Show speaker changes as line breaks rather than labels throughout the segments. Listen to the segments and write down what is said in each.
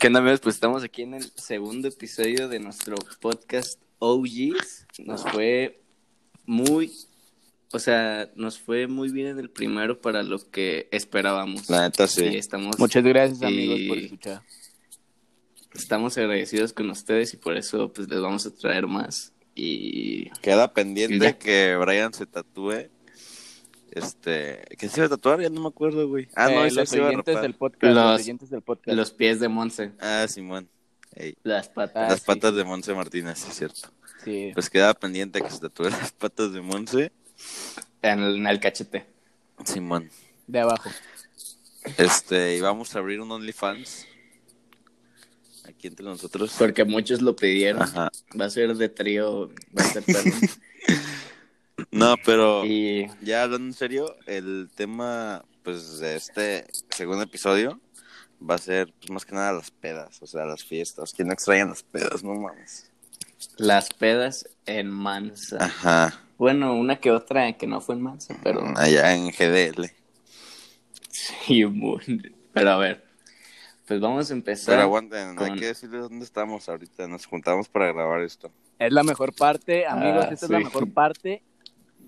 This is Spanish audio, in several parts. ¿Qué onda, amigos? Pues estamos aquí en el segundo episodio de nuestro podcast OGs. Nos fue muy, o sea, nos fue muy bien en el primero para lo que esperábamos.
La neta, sí.
Y estamos,
Muchas gracias,
Pues, Y-
amigos, por escuchar.
estamos agradecidos con ustedes y por eso pues les vamos a traer más. Y
Queda pendiente
Ya.
que Brian se tatúe. Este, ¿qué se iba a tatuar? Ya no me acuerdo, güey. Ah, no,
Eh,
ese
los
se iba a
oyentes
rapar.
del podcast.
Los-
Los oyentes del podcast.
los pies de Monse,
Ah, Simón. Ey,
las patas.
Ah,
las
sí.
patas de Monse Martínez, sí es cierto.
Sí.
Pues queda pendiente que se tatúe las patas de Monse.
En el, en el cachete.
Simón.
De abajo.
Este, y vamos a abrir un OnlyFans. Aquí entre nosotros.
Porque muchos lo pidieron.
Ajá.
Va a ser de trío. Va a ser perro.
No, pero
y
ya hablando en serio, el tema, pues, de este segundo episodio va a ser, pues, más que nada las pedas, o sea, las fiestas. ¿Quién no extraña las pedas? No mames.
las pedas en Mansa.
Ajá.
Bueno, una que otra que no fue en Mansa, pero
Allá en GDL.
sí, muy- pero a ver. Pues vamos a empezar.
Pero aguanten, hay
con-
que decirles dónde estamos ahorita. Nos juntamos para grabar esto.
Es la mejor parte, amigos,
Ah,
esta es la
sí.
mejor parte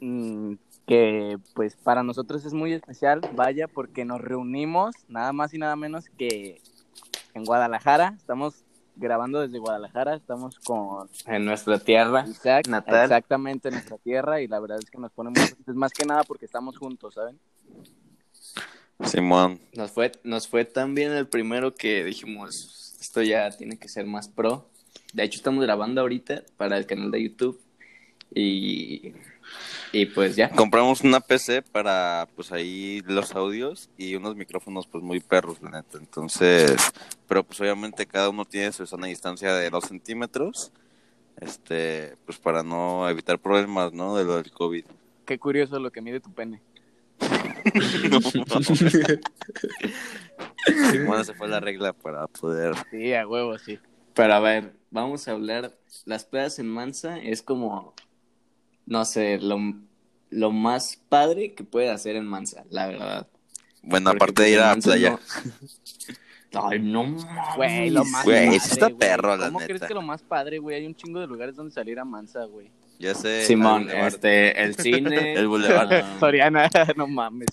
mm, que pues para nosotros es muy especial, vaya, porque nos reunimos nada más y nada menos que en Guadalajara, estamos grabando desde Guadalajara, estamos con
En nuestra tierra.
Isaac,
Ah, Natal.
exactamente en nuestra tierra y la verdad es que nos ponemos es más que nada porque estamos juntos, ¿saben?
Simón.
Nos fue, nos fue tan bien el primero que dijimos, esto ya tiene que ser más pro. De hecho, estamos grabando ahorita para el canal de YouTube. Y, y pues ya.
Compramos una PC para, pues, ahí los audios y unos micrófonos, pues, muy perros, la neta. Entonces, pero, pues, obviamente cada uno tiene su sana distancia de dos centímetros. Este, pues, para no evitar problemas, ¿no? De lo del COVID.
Qué curioso lo que mide tu pene.
Bueno, esa fue la regla para poder...
Sí, a huevo, sí.
Pero a ver, vamos a hablar. Las pedas en Mansa es como, no sé, lo, lo más padre que puede hacer en Mansa, la verdad.
Bueno,
Porque,
aparte de
pues,
ir
en
a la
Mansa
playa.
no- Ay, no mames.
Güey, lo más
Güey,
padre,
eso está
güey.
perro, la
¿Cómo
neta.
crees que lo más padre, güey? Hay un chingo de lugares donde salir a mansa, güey.
Ya sé.
Simón,
al lugar.
este, el cine.
El Boulevard.
ah,
Soriana, no mames.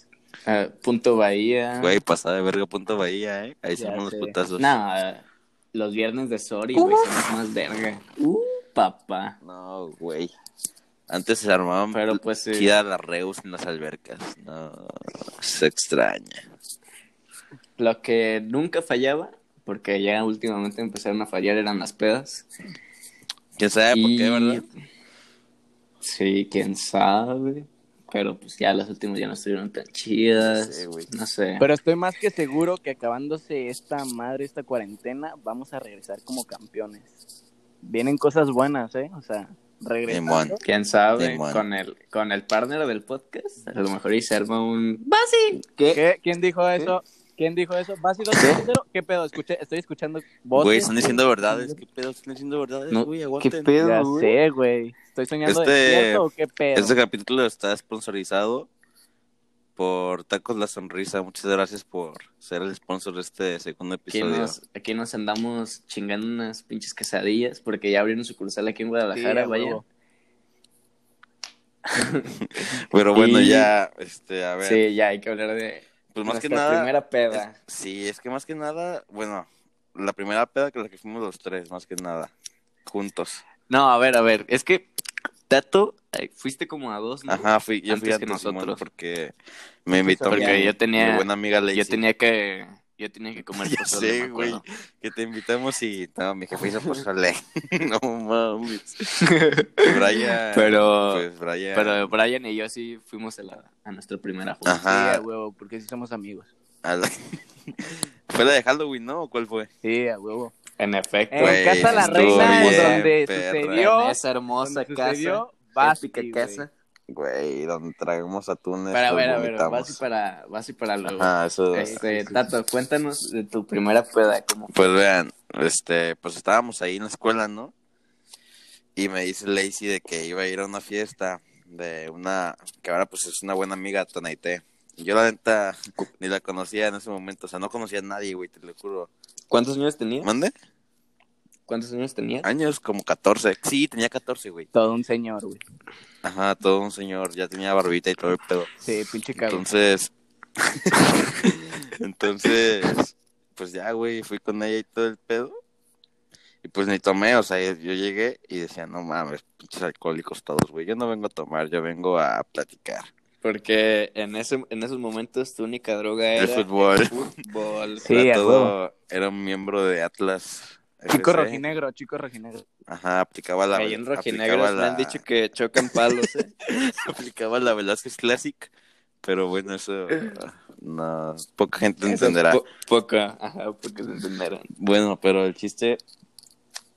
ah, punto Bahía.
Güey, pasada de verga punto Bahía, ¿eh? Ahí
Ya
somos los
sé.
putazos.
Nah, los viernes de Sori, güey, son los más verga. Uh, papá.
No, güey. Antes se armaban
Pero pues sí.
gira las reus en las albercas. No, se extraña.
Lo que nunca fallaba, porque ya últimamente empezaron a fallar, eran las pedas.
¿Quién sabe por qué,
Y-
verdad?
Sí, quién sabe. Pero pues ya las últimas ya no estuvieron tan chidas.
Ya sé, güey.
no sé.
Pero estoy más que seguro que acabándose esta madre, esta cuarentena, vamos a regresar como campeones. Vienen cosas buenas, ¿eh? O sea,
Simón.
regresando.
quién sabe,
Simón.
con el con el partner del podcast, a lo mejor y se arma un ¡Basi! ¿Qué?
¿Qué? ¿Quién dijo eso? ¿Quién dijo eso? ¿Vas y dos
¿Qué?
cero? ¿Qué pedo? Escuché, estoy escuchando voces.
Güey, están diciendo verdades. ¿Qué pedo? Están diciendo verdades,
No,
güey.
¿qué
Aguanten.
pedo?
Ya
güey.
sé, güey. ¿Estoy soñando
Este-
despierto o qué pedo?
Este capítulo está sponsorizado por Tacos La Sonrisa. Muchas gracias por ser el sponsor de este segundo
Aquí
episodio.
nos, aquí nos andamos chingando unas pinches quesadillas porque ya abrieron sucursal aquí en Guadalajara,
Sí, a
vaya.
huevo.
Pero bueno,
Y-
ya, este, a ver.
Sí, ya hay que hablar de
pues más que
nuestra
nada.
primera peda.
Es- sí, es que más que nada, bueno, la primera peda que la que fuimos los tres, más que nada, juntos.
No, a ver, a ver, es que Tato, eh, fuiste como a dos, ¿no?
Ajá, fui, yo fui
Antes
a
que nosotros.
nosotros porque me invitó
Porque
mi,
yo tenía-
mi buena amiga Lacey.
Yo tenía que yo tenía que comer
Ya
pozole,
sé,
me
güey,
acuerdo.
que te invitamos y no, mi jefe hizo pozole. no mames. Brian,
Pero
pues Brian.
Pero Brian y yo sí fuimos a, la- a nuestra primera junta.
Ajá.
Sí, a huevo, porque sí somos amigos.
a la- fue la de Halloween, ¿no? ¿O ¿Cuál fue?
Sí, a huevo.
En efecto.
En
Güey,
Casa La
Pues, estuvo
Reina,
bien,
donde
perra.
sucedió...
en esa hermosa
donde
casa.
sucedió Basti,
épica
güey.
casa.
Güey, donde tragamos atunes.
Pero a
los
ver, a ver,
vomitamos.
vas y para, vas y para luego.
Ajá, eso.
Este, Tato, cuéntanos de tu primera peda, como
Pues vean, este, pues estábamos ahí en la escuela, ¿no? Y me dice Lacey de que iba a ir a una fiesta de una, que ahora pues es una buena amiga, Tonaité. Yo la neta ni la conocía en ese momento, o sea, no conocía a nadie, güey, te lo juro.
¿Cuántos años tenías?
¿Mande?
¿Cuántos años tenías?
Años como 14. Sí, tenía 14, güey.
Todo un señor, güey.
Ajá, todo un señor, ya tenía barbita y todo el pedo.
Sí, pinche cabrón.
Entonces, entonces, pues ya, güey, fui con ella y todo el pedo. Y pues ni tomé, o sea, yo llegué y decía, no mames, pinches alcohólicos todos, güey. Yo no vengo a tomar, yo vengo a platicar.
Porque en, ese, en esos momentos tu única droga era
El fútbol.
fútbol.
Sí,
era,
a
todo- era un miembro de Atlas.
Chico
FC.
rojinegro, chico rojinegro.
Ajá, aplicaba la.
Ahí en
aplicaba
Rojinegros me
la-
han dicho que chocan palos, ¿eh?
aplicaba la Velázquez Classic, pero bueno, eso ah, no, poca gente entenderá.
Eso, po- poca, ajá, porque se entenderán.
Bueno, pero el chiste,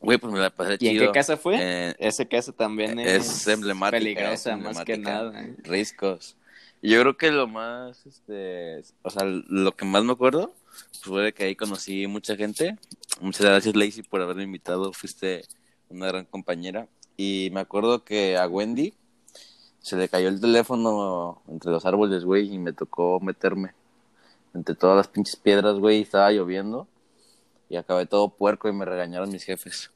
güey, pues me la pasé
¿Y
chido.
en qué casa fue?
Eh,
Ese caso también es,
es emblemática,
peligrosa,
es
más que
emblemática.
nada. ¿eh?
riscos. Y Yo creo que lo más, este, o sea, lo que más me acuerdo pues, fue de que ahí conocí mucha gente. Muchas gracias, Lacey, por haberme invitado. Fuiste una gran compañera. Y me acuerdo que a Wendy se le cayó el teléfono entre los árboles, güey, y me tocó meterme entre todas las pinches piedras, güey, y estaba lloviendo. Y acabé todo puerco y me regañaron mis jefes.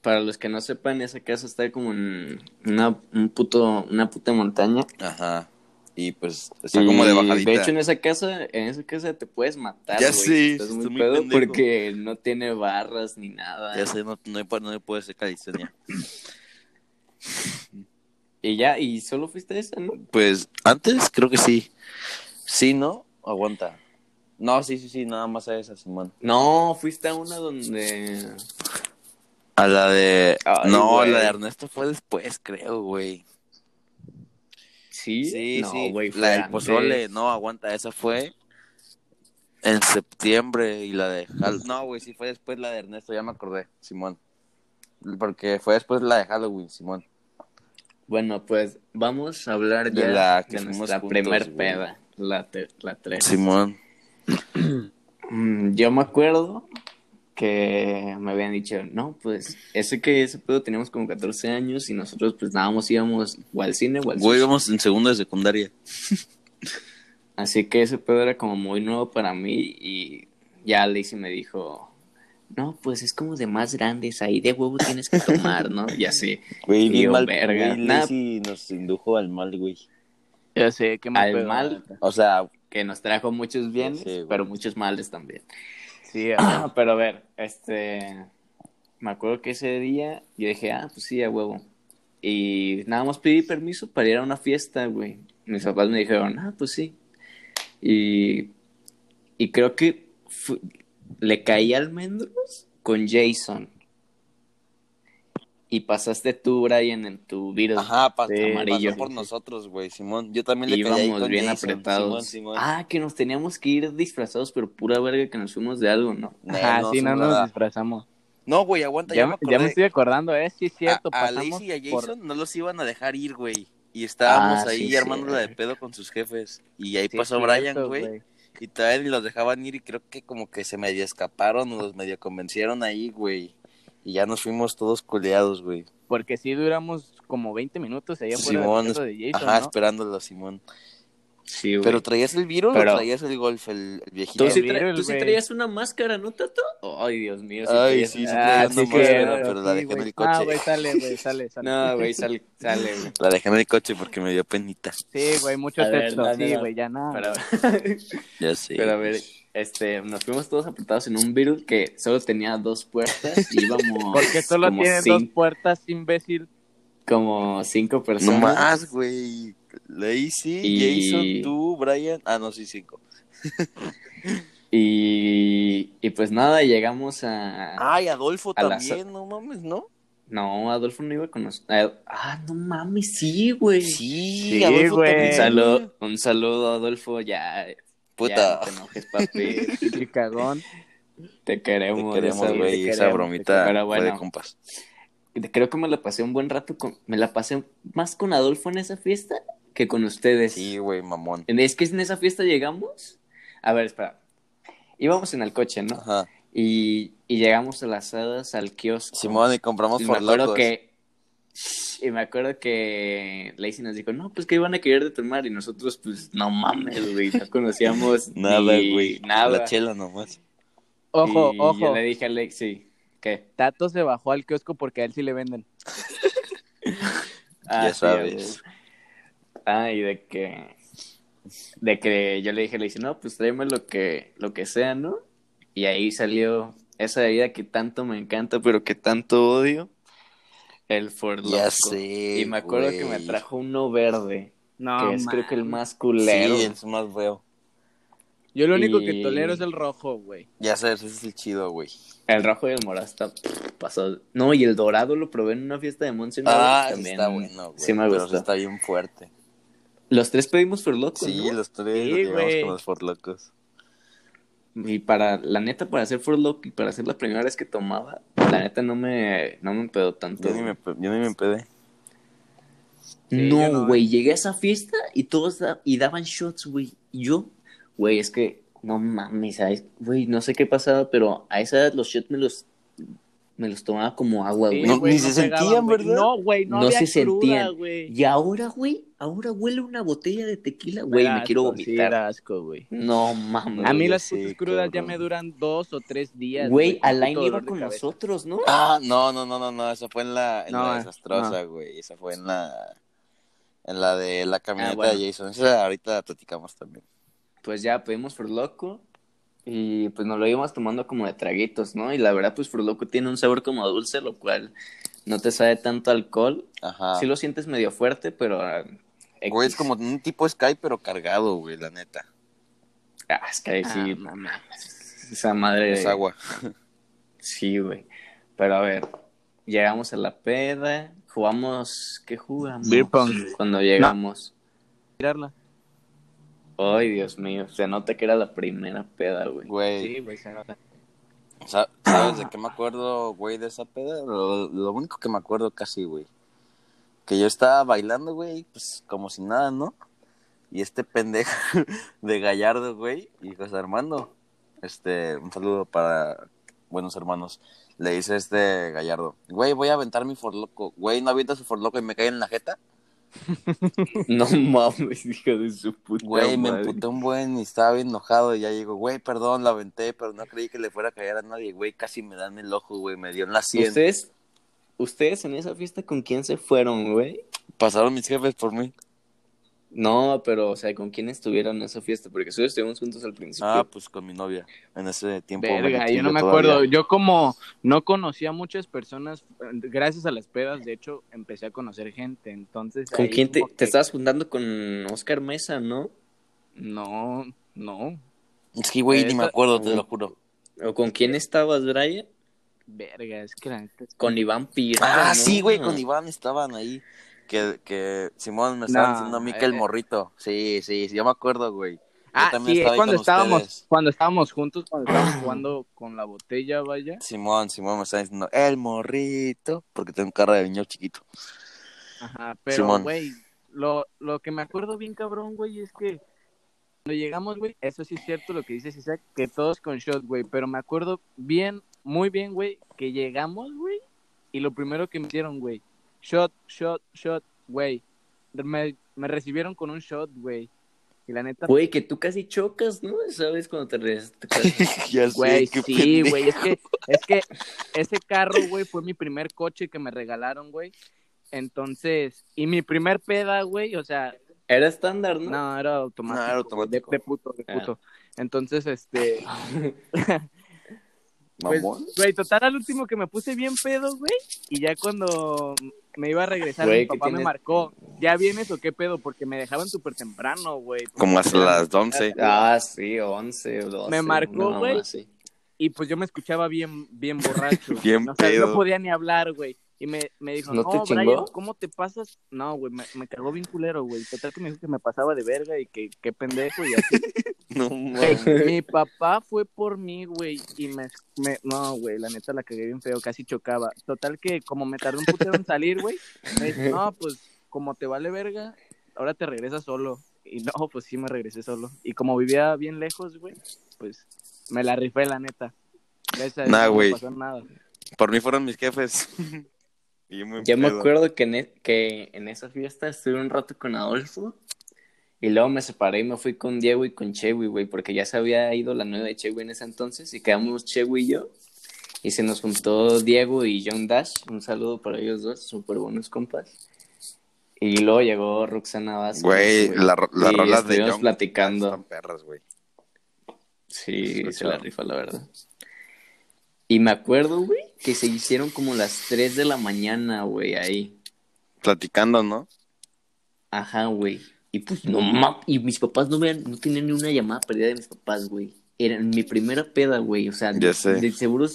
Para los que no sepan, esa casa está como en una, un puto, una puta montaña.
Ajá. Y pues está como de
Y,
bajadita.
De hecho, en esa casa, en esa casa te puedes matar,
Ya
güey,
sé,
si estás
está
muy
muy
pedo
pendejo.
porque no tiene barras ni nada.
Ya sé, no, no, hay pa- no puede ser calistenia.
Y ya, y solo fuiste a esa, ¿no?
Pues antes creo que sí. Sí, ¿no? Aguanta. No, sí, sí, sí, nada más a esa semana.
No, fuiste a una donde
A la de...
Ay,
no,
güey.
la de Ernesto fue después, creo, güey.
sí,
Sí,
No,
sí.
güey, fue
la del
antes.
pozole, no, aguanta, esa fue en septiembre y la de... Hal- No, güey, sí fue después la de Ernesto, ya me acordé, Simón. Porque fue después la de Halloween, Simón.
Bueno, pues vamos a hablar
De
ya de,
la que fuimos
nuestra
juntos,
primer
güey.
peda, la, te- la tres.
Simón.
Mm, Yo me acuerdo que me habían dicho, no, pues, ese que ese pedo teníamos como 14 años y nosotros pues nada más íbamos o al cine o al
Güey,
sushi.
íbamos en segundo de secundaria.
Así que ese pedo era como muy nuevo para mí y ya Lacey me dijo, no, pues es como de más grandes, ahí de huevo tienes que tomar, ¿no? Y así,
Güey,
Digo,
bien mal,
verga.
güey,
Nah.
Lacey nos indujo al mal, güey.
Ya sé, qué mal
Al
pedo,
mal.
la neta.
O sea,
que nos trajo muchos bienes,
Sí, güey.
pero muchos males también.
Sí, a-
Pero a ver, este, me acuerdo que ese día yo dije, ah, pues sí, a huevo. Y nada más pedí permiso para ir a una fiesta, güey. Mis papás me dijeron, ah, pues sí. Y, y creo que fu- le caí a almendros con Jason. Y pasaste tú, Brian, en tu virus.
ajá, pasó
Sí, amarillo.
por nosotros, güey, Simón. Yo también le caí ahí
Íbamos
con
bien
Jason,
apretados.
Simón, Simón.
Ah, que nos teníamos que ir disfrazados, pero pura verga que nos fuimos de algo, ¿no?
No,
Ajá, sí,
sí,
no nos
nada.
disfrazamos.
No, güey, aguanta,
Ya,
ya, me
me-
acordé.
ya me estoy acordando, ¿eh? Sí, es cierto.
a, a
pasamos
Lacey y a
por-
Jason no los iban a dejar ir, güey. Y estábamos
Ah,
ahí
sí,
armándola
sí.
de pedo con sus jefes. Y ahí
Sí, es
pasó
cierto,
Brian, güey. Y todavía ni los dejaban ir y creo que como que se medio escaparon o los medio convencieron ahí, güey. Y ya nos fuimos todos coleados, güey.
Porque sí duramos como 20 minutos allá afuera
Simón,
del casa de Jason,
Ajá,
¿no?
esperándolo, Simón.
Sí, güey.
Pero traías el virus
Pero-
o traías el golf, el, el viejito.
Tú sí,
El
tra-
virus,
tú sí
güey.
traías una máscara, ¿no, Tato? Oh, Ay, Dios mío.
Ay,
traías-
sí, sí,
Ah,
traía una
sí,
máscara,
claro.
pero la dejé en el
Ah,
coche.
güey, sale, güey, sale, sale.
No, güey, sale, sale, güey.
La dejé en el coche porque me dio penita.
Sí, güey, mucho
A ver,
texto.
dale,
sí,
dale.
güey, ya nada.
Pero,
Ya sé.
pero a ver, este, nos fuimos todos apretados en un virus que solo tenía dos puertas y íbamos
Porque solo
como,
tienen
cin-
dos puertas, imbécil.
como cinco
no
personas.
más, güey. Lacey,
Y-
Jason, tú, Brian. Ah, no, sí, cinco.
Y, y pues nada, llegamos a...
Ay, Adolfo
Ah. A la
también, no mames, ¿no?
No, Adolfo no iba con nosotros. Ah, no mames, sí, güey.
Sí,
Sí,
Adolfo
güey.
Un
también.
saludo, un saludo, Adolfo, ya. ya no
Puta.
te enojes, papi.
Y cagón.
Te
Te
queremos,
queremos,
esa,
güey.
te
Esa
queremos.
bromita
Pero
fue
bueno,
de compas.
creo que me la pasé un buen rato con, me la pasé más con Adolfo en esa fiesta que con ustedes.
Sí, güey, mamón.
Es que en esa fiesta llegamos, a ver, espera, íbamos en el coche, ¿no?
Ajá.
Y, y llegamos a las hadas al kiosco.
Simón, y compramos
Y me
por
acuerdo
locos.
que Y me acuerdo que Lacey nos dijo, no, pues que iban a querer de tomar. Y nosotros, pues, no mames, güey. No conocíamos
Nada,
ni
güey.
Nada.
La chela nomás.
Ojo,
Y
ojo.
Yo le dije a Lacey, ¿qué?
Tato se bajó al kiosco porque a él sí le venden.
ya
Ah, sí,
sabes.
güey. Ah, y de que. De que yo le dije, le dije, no, pues tráeme lo que, lo que sea, ¿no? Y ahí salió esa bebida que tanto me encanta, pero que tanto odio. El Ford Loco.
sé.
Y me acuerdo que me
güey.
trajo uno verde,
No,
que es creo que el más
Sí,
culero.
es más feo.
Yo lo único que
Y-
tolero es el rojo, güey.
Ya sabes, ese es el chido, güey.
El rojo y el morado está pff, pasado. No, y el dorado lo probé en una fiesta de Monse. ¿no?
Ah, ese
También
está bueno, güey.
Sí me
pero
gustó.
está bien fuerte.
Los tres pedimos Ford Loco,
Sí,
¿no?
los tres
Sí,
los llevamos
güey.
con los forlocos.
Y para, la neta, para hacer Ford Loco y para hacer la primera vez que tomaba, la neta no me, no me empedó tanto.
Yo ni me, yo ni me empedé.
Sí, yo
No,
no, eh.
güey, llegué a esa fiesta y todos da- y daban shots, güey. Y yo, güey, es que, no mames, a es- güey, no sé qué pasaba, pero a esa edad los shots me los, me los tomaba como agua,
Sí,
güey.
No,
güey,
ni se
pegaban,
sentían,
güey.
¿verdad?
No, güey, no,
No
había
se
cruda,
sentían.
güey.
Y ahora, güey, ahora huele una botella de tequila, güey,
Era
me quiero
asco, sí,
vomitar.
era asco, güey.
No mames.
A
No,
mí
ya
las
sé,
putas crudas ya
cabrón.
me duran dos o tres días.
Güey,
con
Alain
puto
iba
dolor de
con
cabeza.
nosotros, ¿no?
Ah, no, no, no, no, no, esa fue en la, en
No,
la
eh,
desastrosa, güey. Esa fue en la en la de la camioneta
Ah, bueno.
de Jason. Esa ahorita la platicamos también.
Pues ya pedimos Furloco y pues nos lo íbamos tomando como de traguitos, ¿no? Y la verdad, pues Furloco tiene un sabor como dulce, lo cual no te sabe tanto a alcohol.
Ajá.
Sí lo sientes medio fuerte, pero... ah,
Ah. Güey, es
X.
como un tipo Sky, pero cargado, güey, la neta.
Ah, es que sí,
Ah, mamá.
esa madre...
Es agua.
Sí, güey. Pero a ver, llegamos a la peda, jugamos... ¿Qué jugamos?
Beer pong.
Cuando llegamos...
Tirarla.
Ay, Dios mío, se nota que era la primera peda, güey.
Güey,
Sí, güey, se nota.
Sa- ¿Sabes de qué me acuerdo, güey, de esa peda? Lo, lo único que me acuerdo casi, güey. Que yo estaba bailando, güey, pues como si nada, ¿no? Y este pendejo de Gallardo, güey, y José Armando, este, un saludo para buenos hermanos. Le dice este Gallardo, güey, voy a aventar mi forloco. Güey, no avientas su forloco y me cae en la jeta.
No mames, hijo de su puta
Güey, me
madre.
emputé un buen y estaba bien enojado. Y ya digo, güey, perdón, la aventé, pero no creí que le fuera a caer a nadie. Güey, casi me dan el ojo, güey, me dio en la sien.
¿Ustedes, ¿Ustedes en esa fiesta con quién se fueron, güey?
Pasaron mis jefes por mí.
No, pero, o sea, ¿con quién estuvieron en esa fiesta? Porque nosotros estuvimos juntos al principio.
Ah, pues con mi novia. En ese tiempo.
Verga, yo
Valentín,
no me
todavía.
acuerdo. Yo como no conocía a muchas personas, gracias a las pedas, de hecho, empecé a conocer gente.
pues,
Entonces,
¿Con
ahí
quién te,
como
te
que-
estabas juntando con Oscar Mesa, no?
No, no.
Es que, güey, ni me
Esa-
acuerdo, te lo juro.
¿O con quién estabas, Brian?
Verga, es que la neta es-
Con Iván Piro.
Ah, sí, güey, con Iván estaban ahí. Que, que Simón me estaba
No,
diciendo a mí que el
eh.
morrito. Sí, sí, sí, yo me acuerdo, güey.
Ah,
también
sí,
estaba
es
ahí
cuando
con
estábamos,
ustedes.
cuando estábamos juntos, cuando estábamos jugando con la botella, vaya.
Simón, Simón me estaba diciendo el morrito. Porque tengo cara de niño chiquito.
Ajá, pero,
Simón.
güey, lo, lo que me acuerdo bien cabrón, güey, es que cuando llegamos, güey, eso sí es cierto lo que dices, Isaac, que todos con shot, güey, pero me acuerdo bien, muy bien, güey, que llegamos, güey, y lo primero que me hicieron, güey, shot, shot, shot, güey, me, me recibieron con un shot, güey, y la neta,
Güey, que tú casi chocas, ¿no? ¿Sabes cuando te... re- te casas?
ya sé,
Güey,
qué
sí,
pendejo.
güey, es que, es que ese carro, güey, fue mi primer coche que me regalaron, güey. Entonces, y mi primer peda, güey, o sea,
Era estándar, ¿no?
no, era automático.
No, era
güey, de-
automático.
De, puto, de
Ah.
puto. Entonces, este, pues,
Mamón.
güey, total, al último que me puse bien pedo, güey, y ya cuando me iba a regresar,
Güey,
mi
¿qué
papá me
tienes?
marcó, ¿ya vienes o qué pedo? Porque me dejaban súper temprano, güey.
Como hasta las 11.
Ah, sí, 11 o 12.
Me marcó,
una mamá
güey.
así.
Y pues yo me escuchaba bien, bien borracho.
Bien
o sea, ah. no
pedo.
podía ni hablar, güey. Y me, me dijo,
¿No
no,
te
Brian,
chingó?
¿cómo te pasas? No, güey, me, me cagó bien culero, güey. Total que me dijo que me pasaba de verga y que qué pendejo y así.
No,
Güey,
mames.
mi papá fue por mí, güey, y me, me- No, güey, la neta la cagué bien feo, casi chocaba. Total que como me tardé un putero en salir, güey, me dijo, no, pues como te vale verga, ahora te regresas solo. Y no, pues sí me regresé solo. Y como vivía bien lejos, güey, pues me la rifé, la neta. Esa,
Nah,
no me
güey.
pasó nada.
Por mí fueron mis jefes. Y muy
Yo me
pedo.
acuerdo que en, e- que en esa fiesta estuve un rato con Adolfo y luego me separé y me fui con Diego y con Chewy, güey, porque ya se había ido la nueva de Chewy en ese entonces y quedamos Chewy y yo y se nos juntó Diego y John Dash. Un saludo para ellos dos, súper buenos compas. Y luego llegó Roxana Vázquez.
Güey, la, ro- las
y
rolas de
estuvimos
Young
platicando.
están perras, güey.
Sí,
Escucha.
se la rifa, la verdad. Y me acuerdo, güey, que se hicieron como las 3 de la mañana, güey, ahí.
Platicando, ¿no?
Ajá, güey. Y pues no ma- y mis papás no me han- no tenían ni una llamada perdida de mis papás, güey. Era mi primera peda, güey. O sea,
Ya sé.
de seguro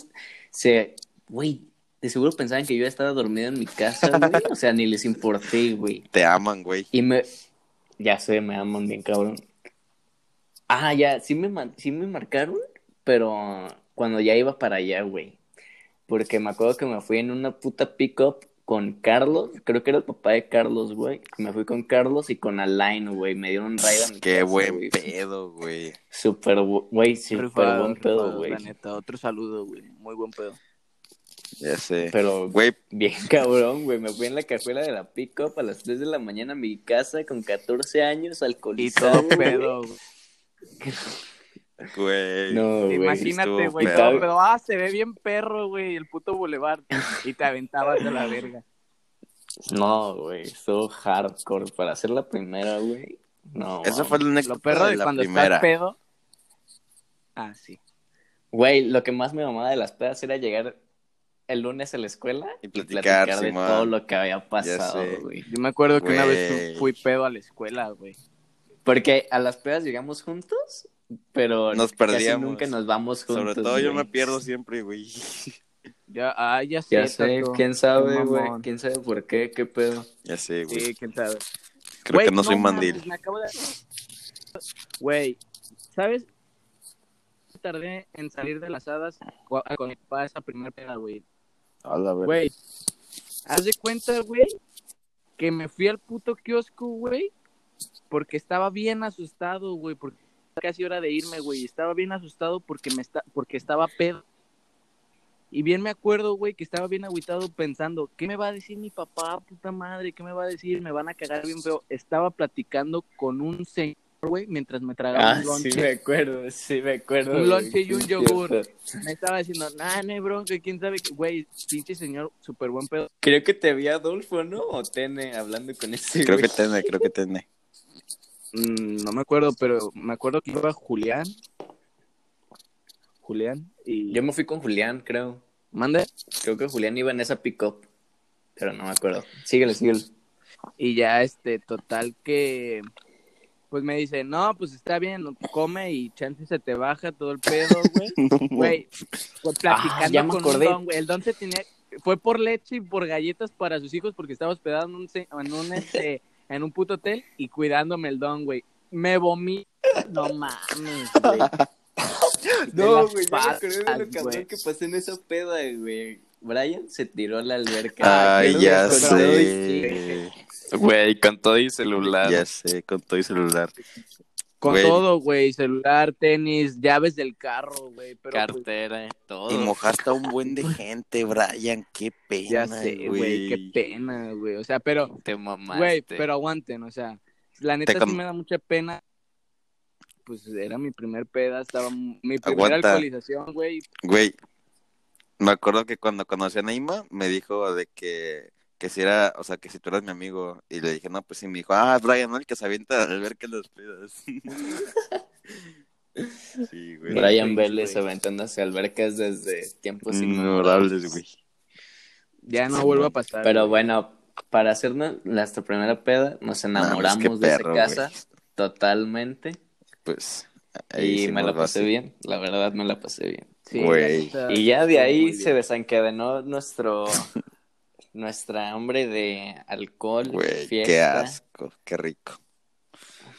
se, güey, de seguro pensaban que yo ya estaba dormida en mi casa, güey. O sea, ni les importé, güey.
Te aman, güey.
Y me, ya sé, me aman bien, cabrón. Ah, ya, sí me, man- sí me marcaron, pero cuando ya iba para allá, güey. Porque me acuerdo que me fui en una puta pick-up con Carlos, creo que era el papá de Carlos, güey. Me fui con Carlos y con Alain, güey. Me dieron raid a mi
Qué
casa,
buen
güey.
pedo, güey.
Súper, bu- güey, súper
Rifado,
buen
rifado,
pedo, güey.
La neta, otro saludo, güey. Muy buen pedo.
Ya sé.
Pero,
Güey,
Bien cabrón, güey. Me fui en la cajuela de la pick-up a las 3 de la mañana a mi casa con 14 años,
Y
alcoholizado.
todo
güey.
pedo, güey.
güey.
No, güey.
Imagínate,
estuvo
güey,
pedo.
todo pedo. Ah, se ve bien perro, güey, el puto boulevard. Y te aventabas de la verga.
No, güey, estuvo hardcore para hacer la primera, güey. No.
Esa
mames.
fue la anécdota
Lo perro
de
de
la
cuando
primera.
estás pedo. Ah, sí.
Güey, lo que más me mamaba de las pedas era llegar el lunes a la escuela
Y platicar,
de
Simón.
todo lo que había
sé.
pasado, güey.
Yo me acuerdo que una vez
Güey.
fu- fui pedo a la escuela, güey.
Porque a las pedas llegamos juntos, pero
Nos
casi
perdíamos.
nunca nos vamos juntos.
Sobre todo yo
güey.
me pierdo siempre, güey.
Ya, ah, ya sé.
Ya sé,
Tato.
quién sabe,
Qué
güey,
mamón.
quién sabe por qué, qué pedo.
Ya sé, güey.
Sí, quién sabe.
Creo
Güey,
que no, soy mandil.
mames, me acabo de- Güey, ¿sabes? Tardé en salir de las hadas cu- con mi papá esa primera peda, güey. Güey, haz de cuenta, güey, que me fui al puto kiosco, güey, porque estaba bien asustado, güey, porque era casi hora de irme, güey. Estaba bien asustado porque me está, porque estaba pedo. Y bien me acuerdo, güey, que estaba bien agüitado pensando, ¿qué me va a decir mi papá, puta madre? ¿Qué me va a decir? Me van a cagar bien feo. Estaba platicando con un señor, güey, mientras me tragaba
Ah,
un lonche.
sí me acuerdo, sí me acuerdo.
Un
güey,
lonche y un
sí,
yogur.
cierto.
Me estaba diciendo, nah, no hay bronca, quién sabe, qué?". güey, pinche señor, súper buen pedo.
Creo que te vi Adolfo, ¿no? O Tene hablando con ese
Creo
güey.
que tiene, creo que tiene.
Mm, no me acuerdo, pero me acuerdo que iba Julián. Julián. Y...
Yo me fui con Julián, creo.
Mande.
Creo que Julián iba en esa pick-up. Pero no me acuerdo. Síguele, síguele.
Y ya, este, total que... Pues me dice, no, pues está bien, come y chance se te baja todo el pedo, güey. Güey, fue platicando
Ah, ya me
con un
acordé.
don, güey. El don se tenía... Fue por leche y por galletas para sus hijos porque estaba hospedado en un, ce- en un, este, en un puto hotel y cuidándome el don, güey. Me vomí. No mames, güey.
No,
las
güey, yo me acordé de lo
patas,
cabrón
güey.
que pasó en esa peda, güey. Brian se tiró a la alberca.
Ay,
Yo no
ya
me acordaba,
sé.
Güey, con todo y celular.
Ya sé, con todo y celular.
Con
Güey.
todo, güey. Celular, tenis, llaves del carro, güey. Pero pues,
Cartera, todo.
Y mojaste a un buen de gente, Brian. Qué pena,
ya sé, güey. Qué pena, güey. O sea, pero,
Te mamaste.
güey, pero aguanten. O sea, la neta
Te
sí
cam-
me da mucha pena. Pues era mi primer peda, estaba m- mi primera
Aguanta.
alcoholización, güey.
Güey, me acuerdo que cuando conocí a Neima, me dijo de que, que si era, o sea, que si tú eras mi amigo. Y le dije, no, pues sí, me dijo, ah, Brian, ¿no? El que se avienta al ver que las pedas. sí, güey.
Brian
güey,
Vélez
güey.
aventándose a albercas desde tiempos
Inmemorables, güey.
Ya no
Sí,
vuelvo a
man.
pasar.
Pero
güey.
bueno, para hacernos nuestra primera peda, nos
Nada más
enamoramos
que
de
pues, perro,
esa casa
güey.
totalmente.
Pues.
y
sí
me
nos
la
va
pasé
así.
bien, la verdad me la pasé bien.
Sí, la
güey.
neta,
Y ya de
estuvo
ahí
muy bien.
se desencadenó nuestro nuestra hambre de alcohol,
Güey, qué
fiesta,
asco, qué rico.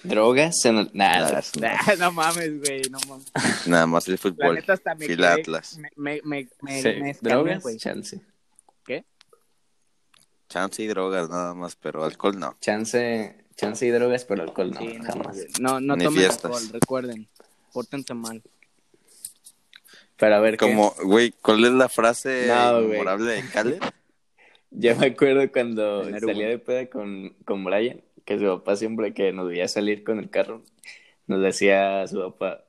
drogas, en... nada.
Nada,
Ah, no mames, güey, no mames.
nada más el
La
fútbol.
neta hasta me
Fui
quedé-
al Atlas.
Me, me, me, me,
Sí,
me escamé,
drogas,
güey.
chance.
Chance y drogas, nada más, pero alcohol no.
Chance, chance y drogas, pero alcohol no,
Sí, no,
jamás.
güey. no, no
Ni
tomen
fiestas.
alcohol, recuerden. Pórtense mal.
Pero a ver, ¿qué?
Como, güey, ¿cuál es la frase
No, güey.
memorable de Caleb?
Ya me acuerdo cuando
En Aruba.
salía de peda con, con Brian, que su papá siempre que nos veía salir con el carro, nos decía a su papá,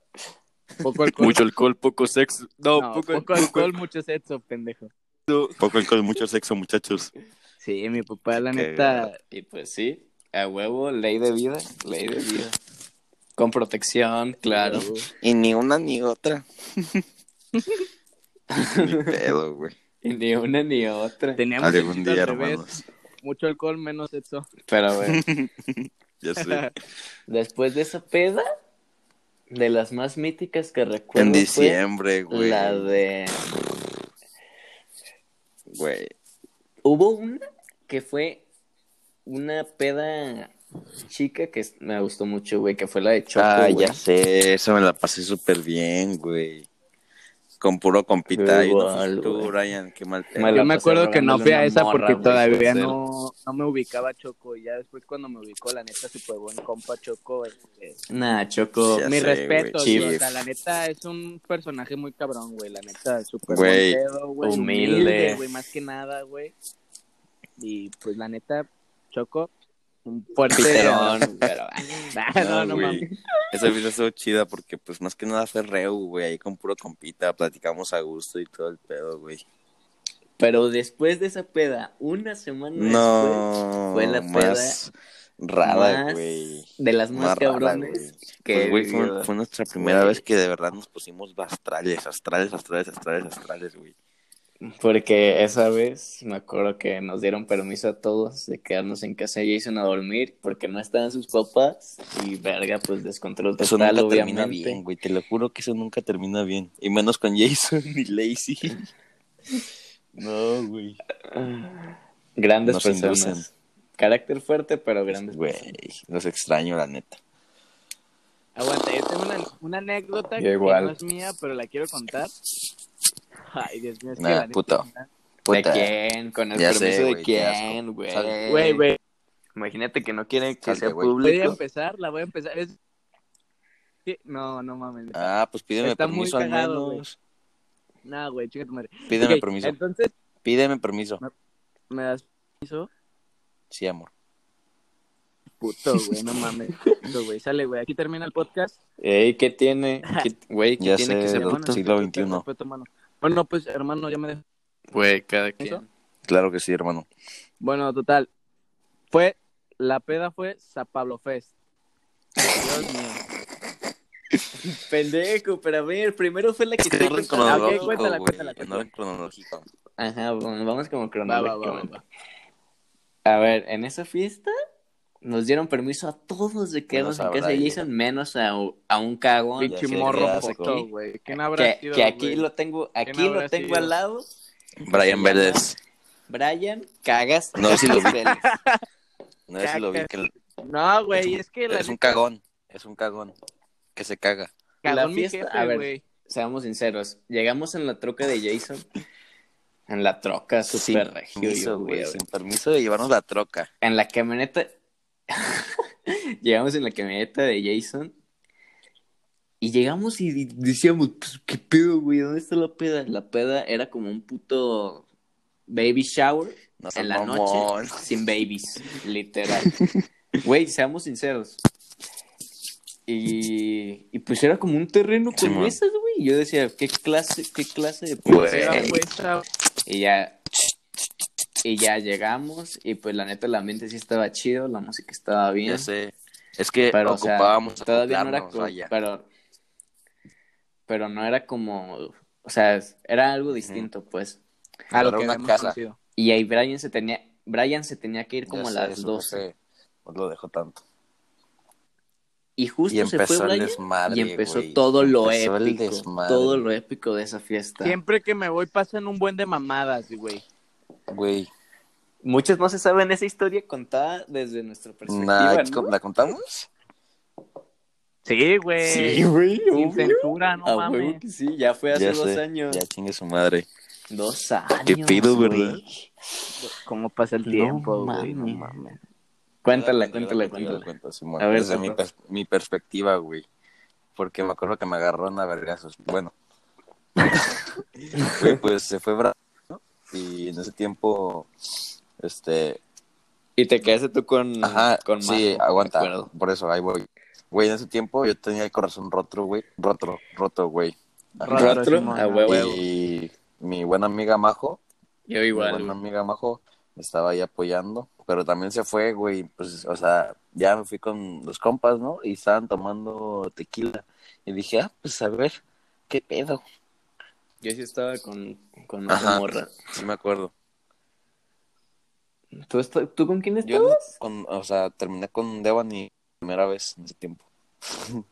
Poco alcohol.
mucho alcohol, poco sexo. No,
No,
poco,
poco, alcohol, mucho sexo, pendejo.
Poco alcohol, mucho sexo, muchachos.
Sí, mi papá, la
Qué
neta,
Y pues sí, a huevo, ley de vida, ley de vida. Con protección, claro.
Y ni una ni otra. ni pedo, güey.
Y ni una ni otra.
teníamos el
Algún
chiste
día,
al revés.
hermanos.
Mucho alcohol, menos sexo.
Pero bueno,
Ya sé.
después de esa peda, de las más míticas que recuerdo
En
fue
diciembre, güey.
la de...
Güey.
Hubo una que fue una peda chica que me gustó mucho, güey, que fue la de Choco,
Ah,
güey.
ya sé. Eso me la pasé súper bien, güey. Con puro compita. y no
Igual,
fuiste tú,
güey.
Brian. Qué mal pedo.
Me la
Yo me
pasé
acuerdo que no
robándole
fui a
una
esa
morra,
porque
güey,
todavía
por ser-
no, no me ubicaba Choco. Ya después cuando me ubicó, la neta, se fue buen compa Choco. este,
Nah, Choco.
Ya
Mi
sé,
respeto,
güey,
sí, o
chido.
sea, la neta es un personaje muy cabrón, güey. La neta, súper
Güey,
buen pedo, güey,
humilde.
Humilde, güey, más que nada, güey. Y pues la neta, Choco, un fuerte.
Piterón, pero...
Ah, no, no
güey.
mames.
Esa fiesta estuvo chida porque, pues, más que nada fue reu, güey. Ahí con puro compita, platicamos a gusto y todo el pedo, güey.
Pero después de esa peda, una semana
No.
Pues, fue la
más
más
rara, güey.
de las más,
Más rara,
cabrones
güey.
que
Pues, güey, fue,
vivió.
fue nuestra primera
Güey.
vez que de verdad nos pusimos astrales, astrales, astrales, astrales, astrales, güey.
Porque esa vez me acuerdo que nos dieron permiso a todos de quedarnos en casa de Jason a dormir porque no estaban sus papás y verga, pues descontrol
Eso
total,
nunca
obviamente.
termina bien, güey. Te lo juro que eso nunca termina bien. Y menos con Jason y Lacey. No, güey.
Ah, Grandes
Nos
personas.
inducen.
Carácter fuerte, pero grandes personas.
Güey, los extraño, la neta.
Aguanta, yo tengo una, una anécdota
Yo
que
igual.
no es mía, pero la quiero contar. Ay, Dios mío, es que
Nah,
la neta-
puto.
¿De
Puta.
quién? ¿Con el
Ya
permiso
sé,
de
güey, qué asco.
quién, güey?
Sal-
Güey, güey,
Imagínate que no quieren que
Salte,
sea
güey.
voy a
Eh, público.
empezar, la voy a empezar. Es- Sí, No, no mames.
Ah, pues pídeme
Está muy
permiso al
cagado, güey.
menos.
No, güey, chica tu madre.
Pídeme
Ok,
permiso.
eh.
Entonces,
Pídeme permiso.
me das permiso.
Sí, amor.
Puto, güey, no mames. Puto, güey, sale, güey. Aquí termina el podcast.
Ey, ¿qué tiene? ¿Qué- Güey, ¿qué
Ya
tiene que
sé,
ser
lo-
puto?
sí. siglo
respeto,
XXI.
respeto, hermano. Bueno, pues, hermano, ya me dejó.
Güey, cada quien.
¿Eso?
Claro que sí, hermano.
Bueno, total. Fue, la peda fue San Pablo Fest. Dios mío.
Pendejo, pero a ver, primero fue la que
En orden cronológico,
Ok, cuéntala,
güey,
cuéntala,
En
cuéntala.
orden cronológico.
Ajá, bueno, vamos como
Va, va, va, va,
cronológicamente.
va.
A ver, en esa fiesta nos dieron permiso a todos de quedarnos en
Menos a
casa de
Brian.
Jason, menos a, a un cagón.
Ya
Pinche
sé,
morro
ya sé
puto,
cómo.
güey. ¿Quién habrá
Que,
sido,
que aquí
güey?
lo tengo, aquí
¿Quién
lo
habrá
tengo
sido?
al lado.
Brian Vélez.
Brian, cagas.
No, sí lo vi.
Vélez.
No sé si lo vi. Que
No, güey, es que la
es un cagón. Es un cagón. Que se caga.
La
cagón mi
fiesta-
jefe,
a ver.
güey.
Seamos sinceros, llegamos en la troca de Jason. En la troca, super regio, yo,
permiso,
güey.
güey. Sin permiso de llevarnos la troca.
En la camioneta. llegamos en la camioneta de Jason. Y llegamos y di- decíamos, pues, ¿qué pedo, güey? ¿Dónde está la peda? La peda era como un puto baby shower
No seas
en la
mamón.
noche sin babies, literal. Güey, seamos sinceros. Y, y pues era como un terreno con
Simón.
mesas, güey. Y yo decía, ¿qué clase, qué clase de peda
Güey.
Era
será, güey?
puesta-
Y ya. Y ya llegamos. Y pues la neta, el ambiente sí estaba chido. La música estaba bien.
Ya sé. Es que
Pero o sea,
ocupábamos
todavía no era
acoplarnos,
como-
vaya.
Pero, pero no era como. O sea, era algo distinto, pues.
A lo
Era
que
una
habíamos
casa.
conocido.
Y ahí Brian se tenía. Brian se tenía que ir como
Ya
a
sé,
las
su
12.
jefe No lo dejó tanto.
Y justo
Y
se fue
empezó el
Brian.
desmadre.
Y empezó
güey.
todo lo
Empezó el
épico.
desmadre.
Todo lo épico de esa fiesta.
Siempre que me voy pasan un buen de mamadas, güey.
Güey.
Muchos no se saben esa historia contada desde nuestra perspectiva.
Nah,
¿no?
¿La contamos?
Sí, güey.
Sí, güey.
Sin
obvio.
censura, no
A huevo
mames.
que sí, ya fue hace
Ya
dos
sé,
años.
Ya chingue su madre.
Dos años.
Qué pedo,
güey.
¿verdad?
¿Cómo pasa el
No
tiempo, güey? No
mames.
mames.
Cuéntala,
Yo
cuéntala,
la cuento, yo la
cuéntala.
cuento, Simón.
A ver,
Desde mi,
cuéntala.
pers- mi perspectiva, güey. Porque me acuerdo que me agarró una vergazos. Bueno. Güey, pues se fue Bra- ¿no? Y en ese tiempo Este,
Y te quedaste tú con,
ajá,
Mm, con
sí,
Majo, me
aguanta.
acuerdo.
Por eso, ahí voy. Güey, en ese tiempo yo tenía el corazón roto, güey. Roto, roto, güey. Ajá.
Roto,
Simón,
a
ah,
huevo.
Y mi buena amiga Majo,
Yo
mi
igual,
buena
güey.
amiga Majo, estaba ahí apoyando, pero también se fue, güey, pues, o sea, ya me fui con los compas, ¿no? Y estaban tomando tequila. Y dije, ah, pues a ver, ¿qué pedo?
Yo sí estaba con, con
Ajá.
otra morra.
Sí me acuerdo.
¿Tú, est- ¿Tú con quién
Yo, no-
estabas?
con, o sea, terminé con Devani primera vez en ese tiempo.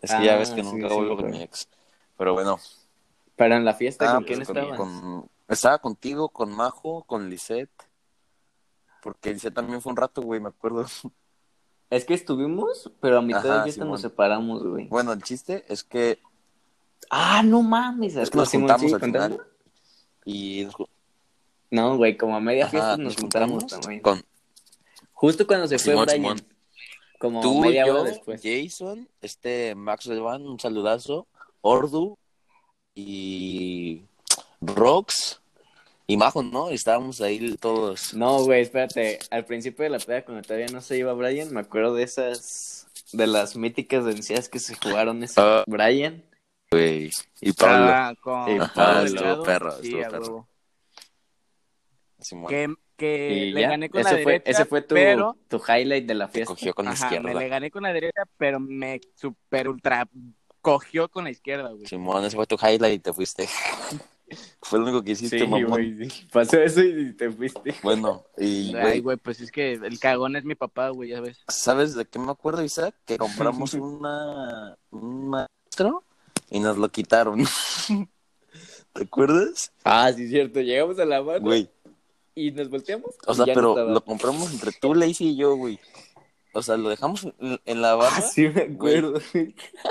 es que
Ah,
ya ves que
sí,
nunca
sí,
vuelvo
me
con
acuerdo.
mi ex. Pero bueno,
Para en la fiesta,
ah,
¿con quién
pues, con-
estabas?
con- estaba contigo, con Majo, con Lisette. Porque Lisette también fue un rato, güey, me acuerdo.
Es que estuvimos, pero a mitad
Ajá,
de fiesta
Simón.
nos separamos, güey.
Bueno, el chiste es que
Ah, no mames.
Es que nos
Simón,
juntamos
¿sí?
al
¿Contando?
final. Y nos, ju-
No, güey, como a media
ajá,
fiesta
nos
nos juntamos también.
con
Justo cuando se fue
Simón,
Brian.
Simón.
Como
tú,
media
yo,
hora después.
Jason, este Max Levan, un saludazo, Ordu y Rox y Majo, ¿no? Estábamos ahí todos.
No, güey, espérate. Al principio de la peda, cuando todavía no se iba Brian, me acuerdo de esas. de las míticas vencidas que se jugaron ese
Ah.
Brian.
Güey, y
Ah, con
Eh,
Pablo
Pablo,
Delgado.
perro,
Sí,
estuvo
a
perro.
huevo.
Simón,
Que, que
Y
Eh, le
ya,
gané con
ese
la
fue,
derecha,
ese fue tu,
pero...
tu highlight de la
me
fiesta.
cogió con la
Ajá, me le
izquierda.
gané con la derecha, pero me super ultra cogió con la izquierda, güey.
Simón, ese fue tu highlight y te fuiste. fue lo único que hiciste, mamón.
güey, sí. Pasó eso y te fuiste.
Bueno, y
Ay,
güey,
güey, pues es que el cagón es mi papá, güey, ya ves.
¿Sabes de qué me acuerdo, Isaac? Que compramos una, un maestro y nos lo quitaron. ¿Te acuerdas?
Ah, sí, cierto. Llegamos a la barra
Güey,
y nos volteamos.
o
y
sea,
ya no
pero
estaba.
lo compramos entre tú, Lacey y yo, güey. O sea, lo dejamos en en la barra,
Ah, sí, me acuerdo.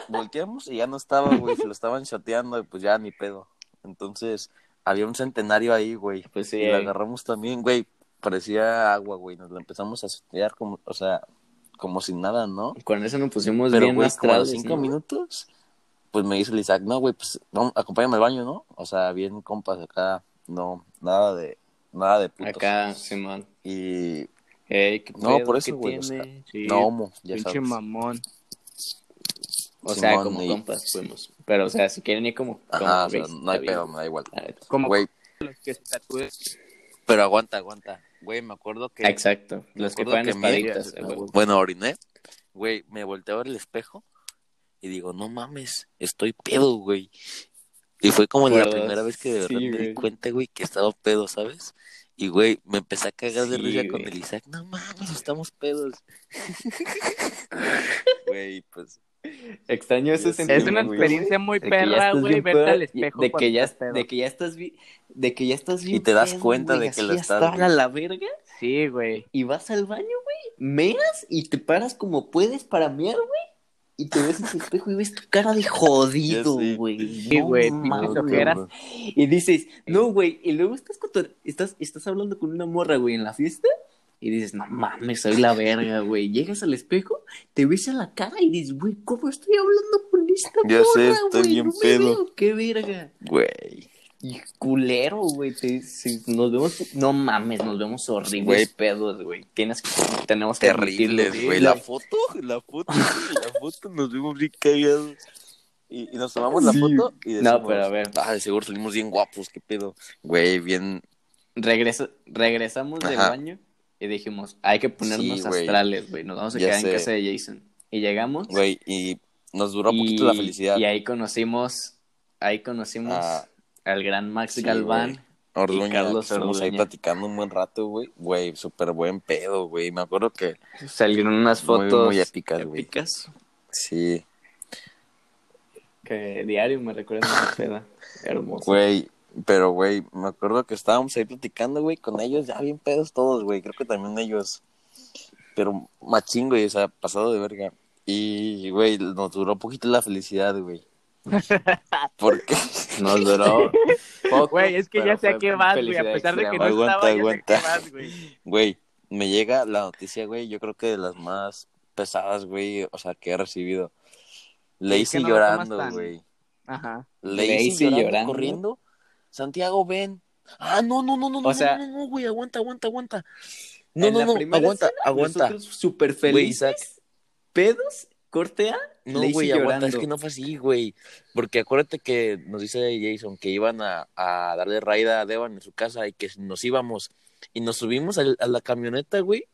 volteamos y ya no estaba, güey. Se lo estaban shoteando y pues ya ni pedo. Entonces, había un centenario ahí, güey.
Pues sí.
Y lo agarramos también, güey. Parecía agua, güey. Nos lo empezamos a shotear como, o sea, como sin nada, ¿no?
eh, Con eso nos pusimos
Pero,
bien
güey, como a los
astrados,
cinco
¿no?
minutos, pues me dice el Isaac, no, güey, pues vamos, acompáñame al baño, ¿no? O sea, bien compas acá, no, nada de, nada de putos.
Acá, Simón.
Y
Ey, ¿qué
No,
pedo?
por eso,
¿Qué
güey, o sea,
tiene?
Sí,
no homo, ya
pinche
sabes.
mamón.
O sea,
Simón,
como
y-
compas fuimos. Pero, o sea, si quieren ir como. como
Ajá, o sea,
gays,
no hay
está bien.
pedo, me da igual.
La neta.
Como
Güey,
los que se tatúen.
pero aguanta, aguanta. Güey, me acuerdo que,
Ah, Exacto. Los que
acuerdo
juegan
que me-
espaditas.
Ya,
güey.
bueno, oriné. Güey, me volteo al espejo y digo, no mames, estoy pedo, güey. Y fue como la
Pues,
primera vez que de verdad
sí,
me di
güey.
cuenta, güey, que estaba pedo, ¿sabes? Y, güey, me empecé a cagar de
Sí,
risa con
güey.
el Isaac. No mames, estamos pedos. Güey, pues.
Extraño ese
Es una
Es
sentimiento.
una
güey.
experiencia muy
De que ya
perra,
estás
güey,
bien
verte
pedo
al
y-
espejo.
de que
cuando
ya
estás pedo.
de que ya estás bi- de que ya estás bien
te das
pedo,
cuenta
güey,
de que
así
lo estás,
hasta
güey.
a la verga
Sí, güey.
y vas al baño güey meas y te paras como puedes para mear güey y te ves en tu espejo y ves tu cara de jodido
Ya sé.
güey
Sí,
No
güey,
mames,
pinches
Madre,
ojeras.
güey.
y dices no güey y luego estás con tu- estás estás hablando con una morra güey en la fiesta y dices, no mames, soy la verga, güey. Llegas al espejo, te ves a la cara y dices, güey, ¿cómo estoy hablando con esta
Ya sé,
morra,
estoy
güey?
bien
No me
pedo".
veo, qué verga.
Güey.
Y culero, güey. te- si nos vemos, no mames, nos vemos horribles
Güey.
pedos, güey. Tienes que, tenemos que admitirlo,
Terribles,
sí,
güey. La foto, la foto, la foto nos vimos bien cagados. Y, y nos tomamos la
Sí.
foto y decimos,
No, pero a ver.
Ah, de seguro salimos bien guapos, qué pedo. Güey, bien.
Regreso- regresamos del
Ajá.
baño y dijimos, hay que ponernos
Sí, güey.
astrales, güey. Nos vamos a
Ya
quedar
sé.
en casa de Jason. Y llegamos
Güey, y nos duró
y,
poquito la felicidad.
y ahí conocimos, ahí conocimos
Ah.
al gran Max
Sí,
Galván.
güey. Orduña,
Y Carlos
estuvimos ahí
Orduña.
platicando un buen rato, güey. Güey, súper buen pedo, güey. Me acuerdo que
Salieron unas
Muy, muy
fotos
épicas, güey.
épicas,
sí,
que diario me recuerdan a esa peda. Hermoso.
güey. Pero, güey, me acuerdo que estábamos ahí platicando, güey, con ellos, ya bien pedos todos, güey. Creo que también ellos. Pero machín, güey, o sea, pasado de verga. Y, güey, nos duró poquito la felicidad, güey. Porque
Nos duró. poco,
Güey, es que
pero
ya sé a
fue
qué vas, güey. A
felicidad
pesar de que no
extrema.
Aguanta,
estaba, ya sé a
aguanta.
qué vas, güey.
Güey, me llega la noticia, güey, yo creo que de las más pesadas, güey, o sea, que he recibido. Lazy
que no lo tomas
llorando,
tan-
güey.
Ajá.
Lazy,
Lazy
llorando,
llorando.
corriendo. Santiago, ven. Ah, no, no, no, no,
O
no,
sea-
no, no, no, güey, aguanta, aguanta, aguanta. No,
En
no,
la
no,
primera
aguanta,
escena,
aguanta.
Nosotros súper
Güey,
felices,
Isaac,
pedos, corte A,
no,
le hice
güey, aguanta,
llorando.
es que no fue así, güey. Porque acuérdate que nos dice Jason que iban a, a darle raida a Devan en su casa y que nos íbamos y nos subimos al- a, la camioneta, güey,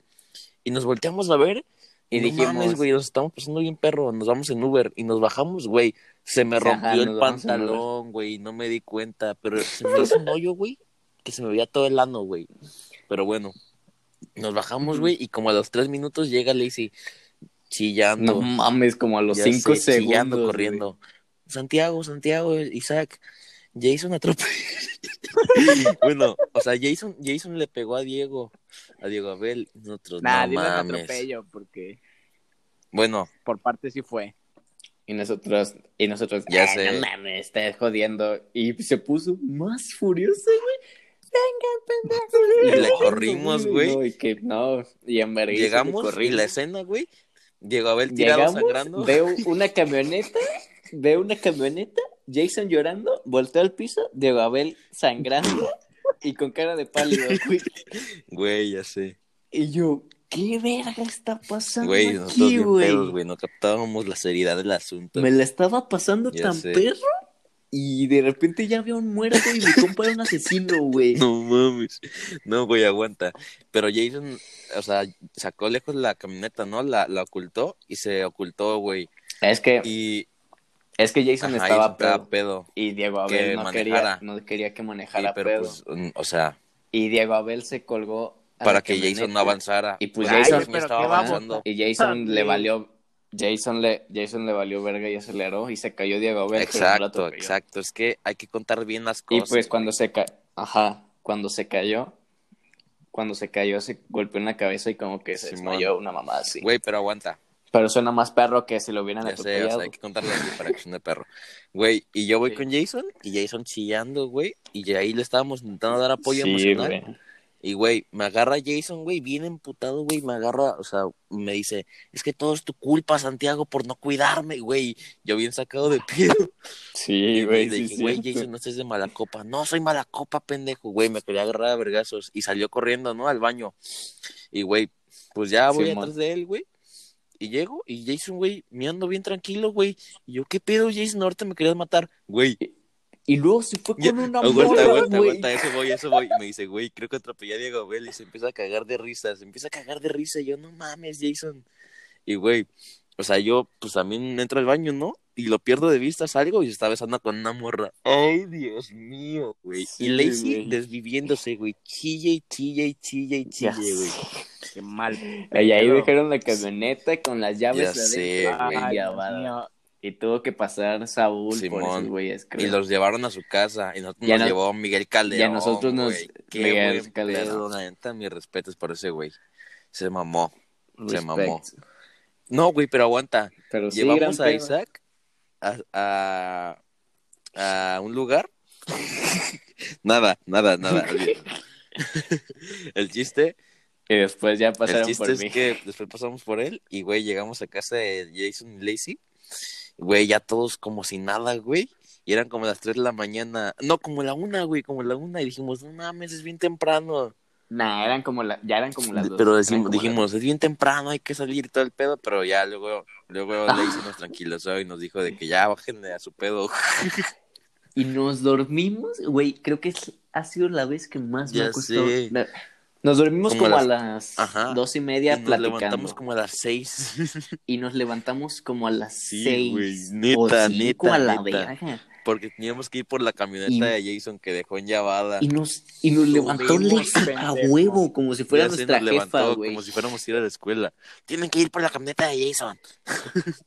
y nos volteamos a ver y
No
dijimos,
mames.
güey, nos estamos pasando bien perro, nos vamos en Uber y nos bajamos, güey. Se me
Ajá,
rompió
nos
el
vamos en
pantalón, güey, no me di cuenta, pero se me hizo un hoyo, güey, que se me veía todo el ano, güey. Pero bueno, nos bajamos,
Ujú.
güey, y como a los tres minutos llega Lacey chillando.
no mames, como a los
Ya
cinco
sé, chillando,
segundos.
corriendo. Santiago, Santiago, Isaac, Jason atropelló. bueno, o sea, Jason, Jason le pegó a Diego, a Diego Abel, y nosotros
Nadie
Pues no
los
mames.
atropello porque
Bueno,
por parte sí fue.
Y nosotros, y nosotros,
Ya
"Ah,
sé.
no mames, está jodiendo. Y se puso más furioso, güey.
Y
Venga,
le
pendejo.
corrimos, güey.
No, y que no, y en vergüenza le
llegamos y
corrimos.
la escena, güey. Diego Abel tirado
Llegamos,
sangrando.
veo una camioneta, veo una camioneta, Jason llorando, volteo al piso, Diego Abel sangrando y con cara de pálido, güey.
Güey, ya sé.
Y yo, ¿qué verga está pasando
Güey, nosotros
aquí,
bien
güey?
pedos, güey. No captábamos la seriedad del asunto.
Me la estaba pasando
Ya
tan
sé.
perro y de repente ya había un muerto y mi compa era un asesino, güey.
No mames. No, güey, aguanta. Pero Jason, o sea, sacó lejos la camioneta, ¿no? La, la ocultó y se ocultó, güey.
Es que,
Y
es que Jason
ajá,
estaba
Jason estaba
pedo
pedo.
y Diego
que
Abel no quería,
manejara.
no quería que
Sí,
manejara
pero
pedo.
pues, mm, o sea,
Y Diego Abel se colgó a la
para que Jason no
camioneta.
avanzara.
Y pues
Ay,
Jason-
ya
pero
estaba
qué babosa.
avanzando.
Y Jason
Ah,
le
sí.
valió. Jason le, Jason le valió verga y aceleró y se cayó Diego Abel. pero no lo
Exacto,
atropelló.
exacto. Es que hay que contar bien las
Y
cosas.
pues cuando se cayó. Ajá, cuando se cayó. Cuando se cayó se golpeó en la cabeza y como que se
Simón.
desmayó una mamá así.
Güey, pero aguanta.
Pero suena más perro que si lo hubieran
Ya sé, o
atropellado.
sea, hay que contarlo así para acción de perro. Güey, y yo voy
Sí.
con Jason, y Jason chillando, güey, y ahí le estábamos intentando dar apoyo
sí,
emocional.
güey.
Y, güey, me agarra Jason, güey, bien emputado, güey, me agarra, o sea, me dice, es que todo es tu culpa, Santiago, por no cuidarme, güey. Yo bien sacado de pie.
Sí,
Y
güey.
le
sí,
dije, güey,
cierto.
Jason, no estés de mala copa. No, soy mala copa, pendejo, güey, me quería agarrar a vergazos. Y salió corriendo, ¿no? Al baño. Y, güey, pues ya voy
Simón.
atrás de él, güey. Y llego, y Jason, güey, me ando bien tranquilo, güey. Y yo, ¿qué pedo, Jason? Ahorita me querías matar. Güey,
Y luego se fue con
Ya,
una
Aguanta,
morra,
aguanta,
güey.
aguanta, eso voy, eso voy. Me dice, güey, creo que atropellé a Diego Abel y se empieza a cagar de risa, se empieza a cagar de risa. y Yo, no mames, Jason. Y, güey, o sea, yo, pues también entro al baño, ¿no? Y lo pierdo de vista, salgo y se está besando con una morra. ¡Ay, Dios mío, güey!
Sí,
y Lacey
güey.
desviviéndose, güey. Chille y chille y chille y
Ya
chille, güey.
Qué mal.
Y ahí
pedo.
dejaron la camioneta con las llaves
Ya
adentro,
sé, güey.
y
Ay, Dios
llavada.
mío.
Y tuvo que pasar Saúl por
Simón.
esos güeyes,
Y
creo.
los llevaron a su casa y nosotros
Ya
nos
no-
llevó Miguel Calderón.
ya nosotros nos-
güey. Qué
Miguel
buen
Calderón.
pedo, la neta, mis respetos para ese güey. Se mamó.
Respect.
mamó. No, güey, pero aguanta.
Pero sí,
Llevamos
gran
a
pedo.
Isaac a, a- a un lugar. nada, nada, nada. olvídalo. el chiste,
Y después ya
el
pasaron
chiste
por
es
mí.
que después pasamos por él y, güey, llegamos a casa de Jason y Lacey. Güey, ya todos como si nada, güey. Y eran como las 3 de la mañana. No, como la una, güey, como la una. Y dijimos, no mames, es bien temprano.
Nah, eran como la, ya eran como las dos.
Pero
eran
decimos-
como
dijimos, es bien temprano, hay que salir y todo el pedo, pero ya luego, luego
Ah.
le hizo nos tranquilizó y nos dijo de que ya bájenle a su pedo.
las- Y nos dormimos, güey, creo que es- ha sido la vez que más me
Ya
ha costado.
sé.
La- Nos dormimos
Como
como, a las
Ajá.
dos y
Y
media
nos
platicando.
levantamos como a las seis.
Y nos levantamos como a las
Sí, güey,
seis o
neta,
cinco
neta,
a la
neta.
verga.
Porque teníamos que ir por la camioneta de Jason que dejó en llavada.
Y nos, y nos levantó
Subimos,
Lacey a
pendejo.
huevo, como si fuera
Ya se
nuestra
nos
jefa,
levantó
güey.
como si fuéramos a ir a la escuela. Tienen que ir por la camioneta de Jason.
Pues,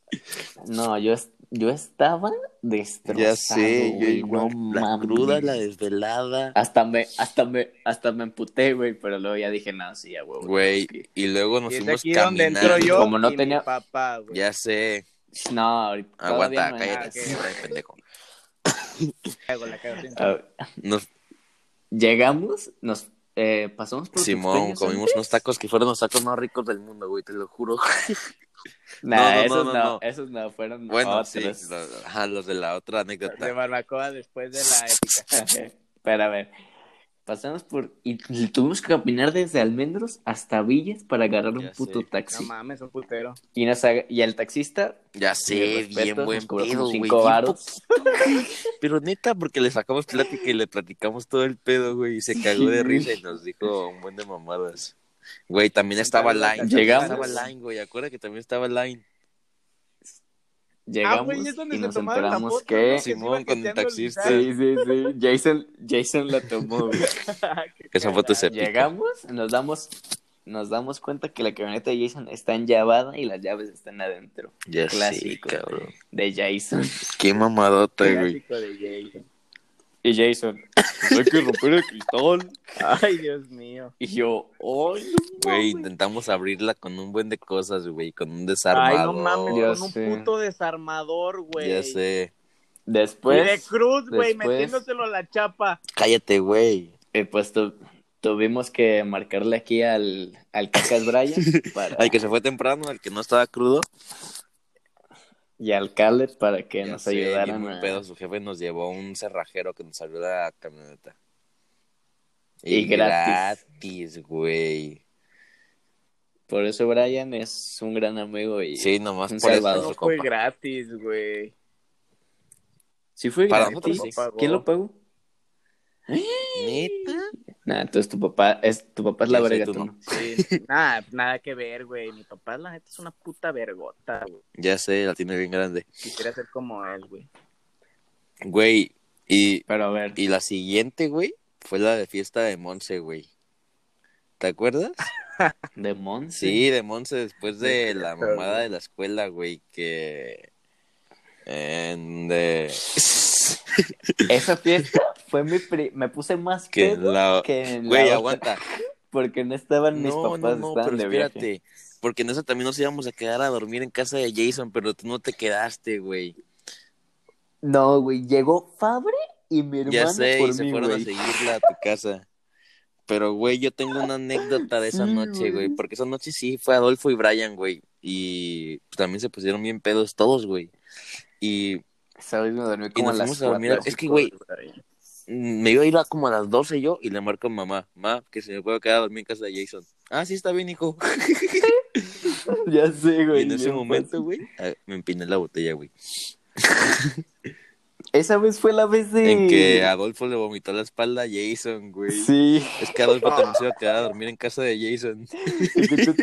No, yo, es- yo estaba destrozado,
Ya sé, yo
güey,
igual.
no
la
mames. Ah,
cruda, la desvelada.
Hasta me, hasta me, hasta me emputé, güey, pero luego ya dije, no, sí, a huevo.
Güey,
tenemos
y luego nos
Y es
fuimos
aquí donde
caminando.
entro yo
Como no
y mi
tenía-
papá, güey.
Ya sé.
que- No, ahorita todavía
Aguanta,
no era.
cállate,
Ah,
ay, pendejo.
Cago, la cago, siento.
A ver,
Nos,
Llegamos, nos eh, pasamos por
Simón,
Tuxpeños
comimos
antes.
unos tacos que fueron los tacos más ricos del mundo, güey, te lo juro.
Nah,
No, no, no,
esos
no,
no,
no.
esos no, fueron
Bueno, sí,
otros.
lo- ajá, los de la otra
De
anécdota.
barbacoa después de la épica.
Pero a ver, Pasamos por. Y tuvimos que caminar desde Almendros hasta Villas para agarrar un
Ya
puto
sé.
taxi.
No mames, un putero.
y, nos aga- y al taxista.
Ya
mis
sé, bien
respetos,
buen
nos cobró como
pedo, güey.
cinco
bien
varos.
poquito. Pero neta, porque le sacamos plática y le platicamos todo el pedo, güey. Y se cagó de risa y nos dijo un buen de mamadas. Güey, también estaba Line.
Llegamos.
Estaba Line, güey. Acuérdate que también estaba Line.
Llegamos
güey, es donde
Ah, y
se
nos
tomaron la
enteramos
foto,
que.
¿no? se
Simón
iba
con un
cacheando el
taxista.
Lime.
Sí, sí, sí. Jason, Jason la tomó. güey.
Esa foto es épica.
Llegamos, nos damos, nos damos cuenta que la camioneta de Jason está enllavada y las llaves están adentro.
Ya sé,
Clásico.
cabrón.
De Jason.
Qué mamadota, güey.
Clásico de Jason.
Y Jason, "Pues hay que romper el cristal.
Ay, Dios mío.
Y yo, ¡ay,
Güey, intentamos abrirla con un buen de cosas, güey. Con un desarmador.
Ay, no mames,
Ya
con un
sé.
puto desarmador, güey.
Ya sé.
Y de
Después,
cruz, güey,
después-
metiéndoselo a la chapa.
Cállate, güey.
eh, pues tu- tuvimos que marcarle aquí al, al Cacas Bryan para-
Al que se fue temprano, al que no estaba crudo.
y al Khaled para que
Ya
nos
sé, bien
ayudaran.
buen
a-
pedo, su jefe nos llevó un cerrajero que nos abrió la camioneta.
Y gratis.
gratis, güey.
Por eso Bryan es un gran amigo y
Sí, nomás
Un
por eso
salvador.
nuestro
No fue
compa.
gratis, güey.
¿Sí fue
Para
gratis?
nosotros sí.
Pagó.
¿Quién lo pagó?
¿Neta?
Nah, entonces tu papá es tu papá es la
Yo sé,
verga,
tú
tú
no.
no.
Sí, nada, nada que ver, güey. Mi papá, la neta, es una puta vergota, güey.
Ya sé, la tiene bien grande.
Quisiera ser como él, güey.
Güey, y,
Pero a ver,
y la siguiente, güey, fue la de fiesta de Monse, güey. ¿Te acuerdas?
Ah, de Monse.
Sí, de Monse después de la
claro.
mamada de la escuela, güey, que... En de...
Esa fiesta fue mi pri- me puse más
que
pedo
la...
que en la
Güey,
otra,
aguanta.
porque no estaban mis
No, no,
papás,
no, pero
estaban de viaje.
espérate. Porque en eso también nos íbamos a quedar a dormir en casa de Jason, pero tú no te quedaste, güey.
No, güey, llegó Fabre y mi hermano
Ya sé,
por
y se
mí,
fueron
güey.
a seguirla a tu casa. Pero, güey, yo tengo una anécdota de esa
Sí,
noche,
güey.
güey. Porque esa noche sí fue Adolfo y Brian, güey. Y pues, también se pusieron bien pedos todos, güey. Y
Sabes, me dormí
Y
como a
nos
las
fuimos a dormir.
cuatro.
Es que, güey, mm, me iba a ir a como a las 12 yo y le marco a mamá, ma, que se me puede quedar a dormir en casa de Jason. Ah, sí, está bien, hijo.
Ya sé,
Y
güey.
en ese
bien
momento,
fácil.
güey, ah, me empiné la botella, güey.
Esa vez fue la vez de
En que Adolfo le vomitó la espalda a Jason, güey.
Sí,
Es que Adolfo
Ah.
también se iba a quedar a dormir en casa de Jason.
y que tú,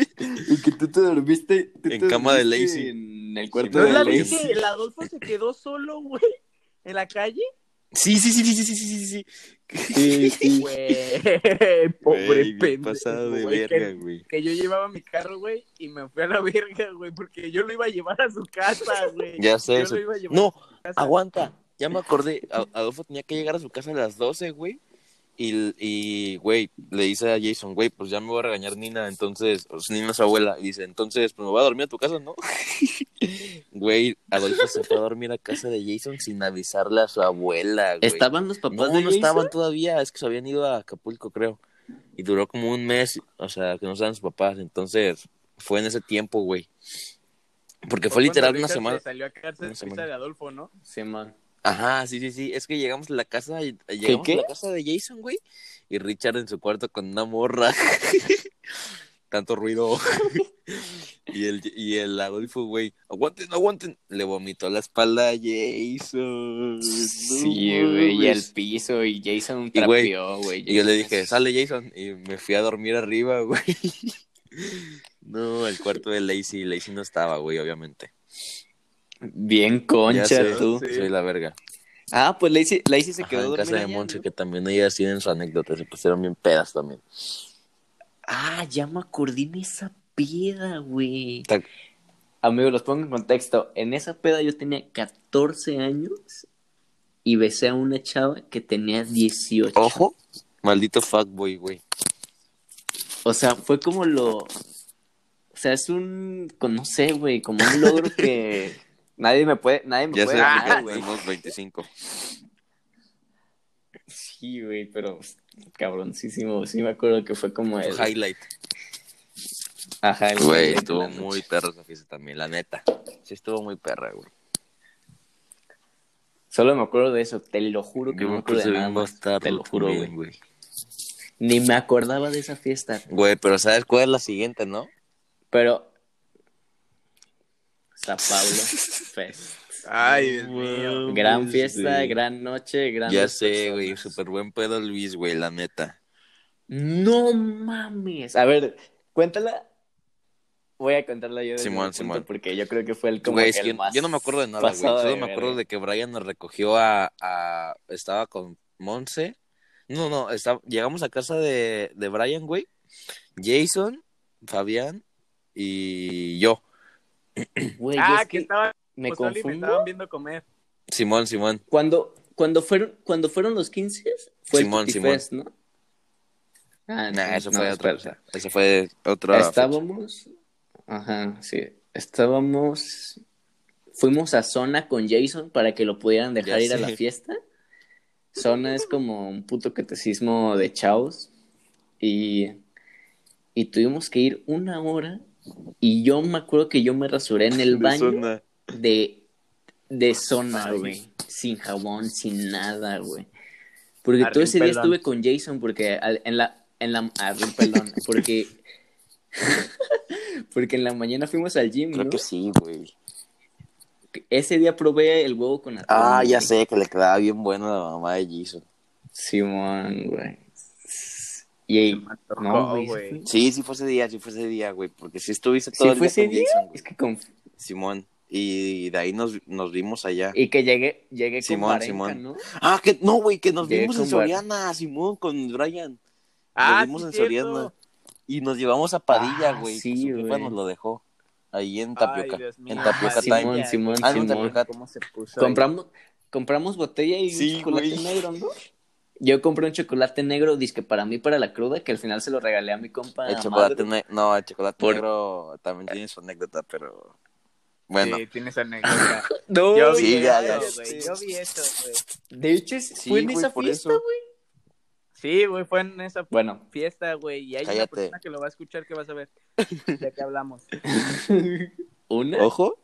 y que tú te dormiste tú
En
te
cama de
dormiste
Lazy.
En el cuarto
¿No es
de
la
ley
vez
Lazy.
que el Adolfo se quedó solo, güey? ¿En la calle?
Sí, sí, sí, sí, sí, sí, sí, sí.
Sí, sí.
Güey,
Güey,
pobre
bien
pendejo.
pasado de
güey,
verga,
que,
güey.
que yo llevaba mi carro, güey, y me fui a la verga, güey, porque yo lo iba a llevar a su casa, güey.
Ya sé.
Yo
su-
lo iba a llevar
No,
a su casa.
aguanta. Ya me acordé. A- Adolfo tenía que llegar a su casa a las 12, güey. Y, y, güey, le dice a Jason, güey, pues ya me voy a regañar Nina, entonces, o sea, Nina es su abuela, y dice, entonces, pues me voy a dormir a tu casa, ¿no? Güey, Adolfo se fue a dormir a casa de Jason sin avisarle a su abuela, güey.
¿Estaban los papás
No,
de
no
Jason?
estaban todavía, es que se habían ido a Acapulco, creo. Y duró como un mes, o sea, que no estaban sus papás. Entonces, fue en ese tiempo, güey. Porque fue
cuando
literal una
Richard se
semana.
Salió a quedarse
una
en
semana.
pizza de Adolfo, ¿no?
Simón.
Ajá, sí, sí, sí. Es que llegamos a la casa, eh, llegamos
qué?
a la casa de Jason, güey. Y Richard en su cuarto con una morra. Tanto ruido. y, el, y el Adolfo, güey, aguanten, aguanten. Le vomitó la espalda a Jason.
Sí,
No
güey, y al
mames.
piso, y Jason
Y, güey,
trapeó, güey.
Y yo le dije, sale Jason. Y me fui a dormir arriba, güey. No, el cuarto de Lacey. Lacey no estaba, güey, obviamente.
Bien
Ya sé,
concha, tú.
Soy la verga.
Ah, pues Lacey, Lacey se
Ajá,
quedó
en
dormida
casa de
allá,
Monse,
¿no?
que también ellas tienen su anécdota. Se pusieron bien pedas también.
Ah, ya me acordé en esa peda, güey.
Ta-
Amigo, los pongo en contexto. En esa peda yo tenía 14 años y besé a una chava que tenía 18.
Ojo, maldito fuckboy, güey.
O sea, fue como lo. O sea, es un. con- No sé, güey, como un logro que. Nadie me puede, nadie me
Ya sé,
puede
ya
ganar, güey. Ah.
tenemos 25.
Sí, güey, pero pues, cabroncísimo. Sí, me acuerdo que fue como el.
Highlight. Este
Ajá, el
Güey,
highlight de la
estuvo
noche.
muy perra esa fiesta también, la neta. Sí, estuvo muy perra, güey.
Solo me acuerdo de eso, te lo juro que
Yo
no
me
me acuerdo
puse
de nada.
bien
más,
bastardo.
Te lo juro,
también,
güey.
güey.
Ni me acordaba de esa fiesta.
Güey, pero ¿sabes cuál es la siguiente, no?
Pero. Sao Paulo Fest.
Ay, Dios mío.
Gran fiesta, gran noche, gran.
pues Ya sé, güey, súper buen pedo Luis, güey, la neta.
No mames. A ver, cuéntala. Voy a contarla yo. desde
Simón,
mi punto,
Simón.
Porque yo creo que fue el como
Güey,
que
es
el
que
más
yo no me acuerdo de nada, güey.
pasado
Solo
de
me acuerdo
verga.
de que Brian nos recogió a... a- estaba con Monse. No, no, está- llegamos a casa de, de Brian, güey. Jason, Fabián y yo.
Güey, yo
Ah,
es que
que estaba
me
Pozole y me
confundo.
estaban viendo comer.
Simón, Simón.
Cuando, cuando, fueron, cuando fueron los 15, fue
Simón,
el Tutti
Simón.
Fest, ¿no? Ah,
Nah, eso fue
no,
otra
espérate.
cosa. Eso fue otra.
Estábamos. Ajá, sí. Estábamos. Fuimos a Zona con Jason para que lo pudieran dejar
Ya
ir a la
sé.
fiesta. Zona es como un puto catecismo de chavos. Y, y tuvimos que ir una hora. Y yo me acuerdo que yo me rasuré en el baño de, de zona, güey. Sin jabón, sin nada, güey. Porque todo ese día
Arrimpelón.
estuve con Jason porque al- en la... En la arrimpelón, porque... porque en la mañana fuimos al gym,
Creo
¿no?
que sí, güey.
Ese día probé el huevo con atún.
Ah, ya
güey.
sé, que le quedaba bien buena la mamá de Jason.
Simón, güey. Y ahí...
antojó,
No, güey.
güey.
sí fue-
Sí, sí fue ese día, sí fue ese día, güey. Porque sí estuviste todo
Sí
el
fue
día
ese
con
día.
Jason, güey.
Es que con-
Simón. Y de ahí nos, nos vimos allá.
Y que llegué, llegué
Simón,
con Varenka,
Simón.
¿no?
Ah, que no, güey, que nos
Llegué
vimos en
con Bar-
Soriana, Simón, con Brian. Nos
Ah,
vimos
sí,
en
cierto.
Soriana. Y nos llevamos a Padilla,
Ah,
güey. que
sí,
su jefa
güey.
nos lo dejó. Ahí en
Ay,
Tapioca.
Dios mío.
en Tapioca
Ah,
Time.
Simón, Simón,
Ah, no, en
Simón.
Tapioca.
¿Cómo se puso? ahí?
Compramos, compramos botella y
Sí,
un chocolate
güey.
negro, ¿no? Yo compré un chocolate negro, disque para mí, para la cruda, que al final se lo regalé a mi compa.
El chocolate
Madro.
negro. No, el chocolate
Por-
negro también tiene su anécdota, pero. Bueno.
Sí, tienes anécdota.
No,
Yo
Sí,
vi
ya,
eso,
ya.
güey, Yo vi eso, güey.
de hecho, es-
Sí,
fue en
güey,
esa
por
fiesta,
eso.
güey.
Sí, güey, fue en esa
Bueno,
fiesta, güey. Y hay una
Cállate.
persona que lo va a escuchar que va a saber de qué hablamos.
una.
Ojo.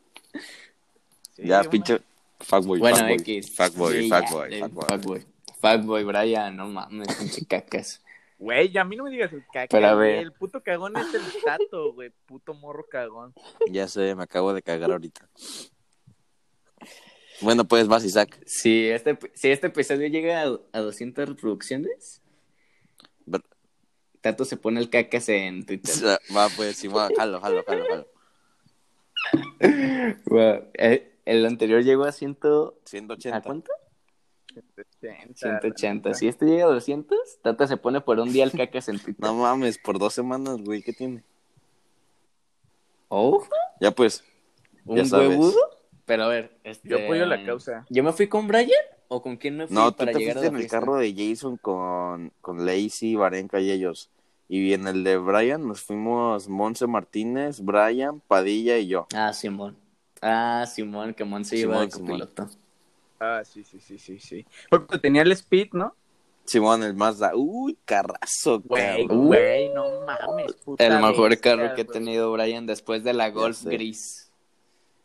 Sí,
ya,
una-
pinche. Fuckboy.
bueno,
fuckboy,
X.
Fuckboy,
Sí, ya,
fuckboy,
eh,
fuckboy.
fuckboy. Fuckboy, Brian, no mames, pinche cacas.
Güey, ya a mí no me digas el caca.
Pero a
güey,
ver.
El puto cagón es el tato, güey. Puto morro cagón.
Ya sé, me acabo de cagar ahorita. Bueno, pues vas, Isaac.
Si este, si este episodio llega a, a 200 reproducciones,
Br-
Tato se pone el cacas en Twitter.
Va, pues, sí, va, jalo, jalo, jalo, jalo.
Guau, eh, El anterior llegó a 100. ¿A
180.
cuánto?
180.
180. Si este llega a 200, Tata se pone por un día el cacas en Twitter.
No mames, por dos semanas, güey, ¿qué tiene?
Oh,
Ya, pues.
un
Ya sabes.
huevudo. Pero a ver, este,
Yo apoyo la causa.
¿Yo me fui con Brian o con quién me fui
No, tú
Pues para
te
llegar a la
fuiste en el
fiesta?
carro de Jason con, con Lacey, Varenca y ellos. Y en el de Brian nos fuimos Monse Martínez, Brian, Padilla y yo.
Ah, Simón. Ah, Simón, que Mon se iba
Simón,
de copiloto.
Ah, sí, sí, sí, sí, sí. Fue cuando tenía el speed, ¿no?
Simón, el Mazda. Uy, carrazo,
Güey,
ah,
cabrón.
güey, no mames. puta
El mejor
bestia,
carro que ha
güey.
tenido Brian después de la Golf
sé.
gris.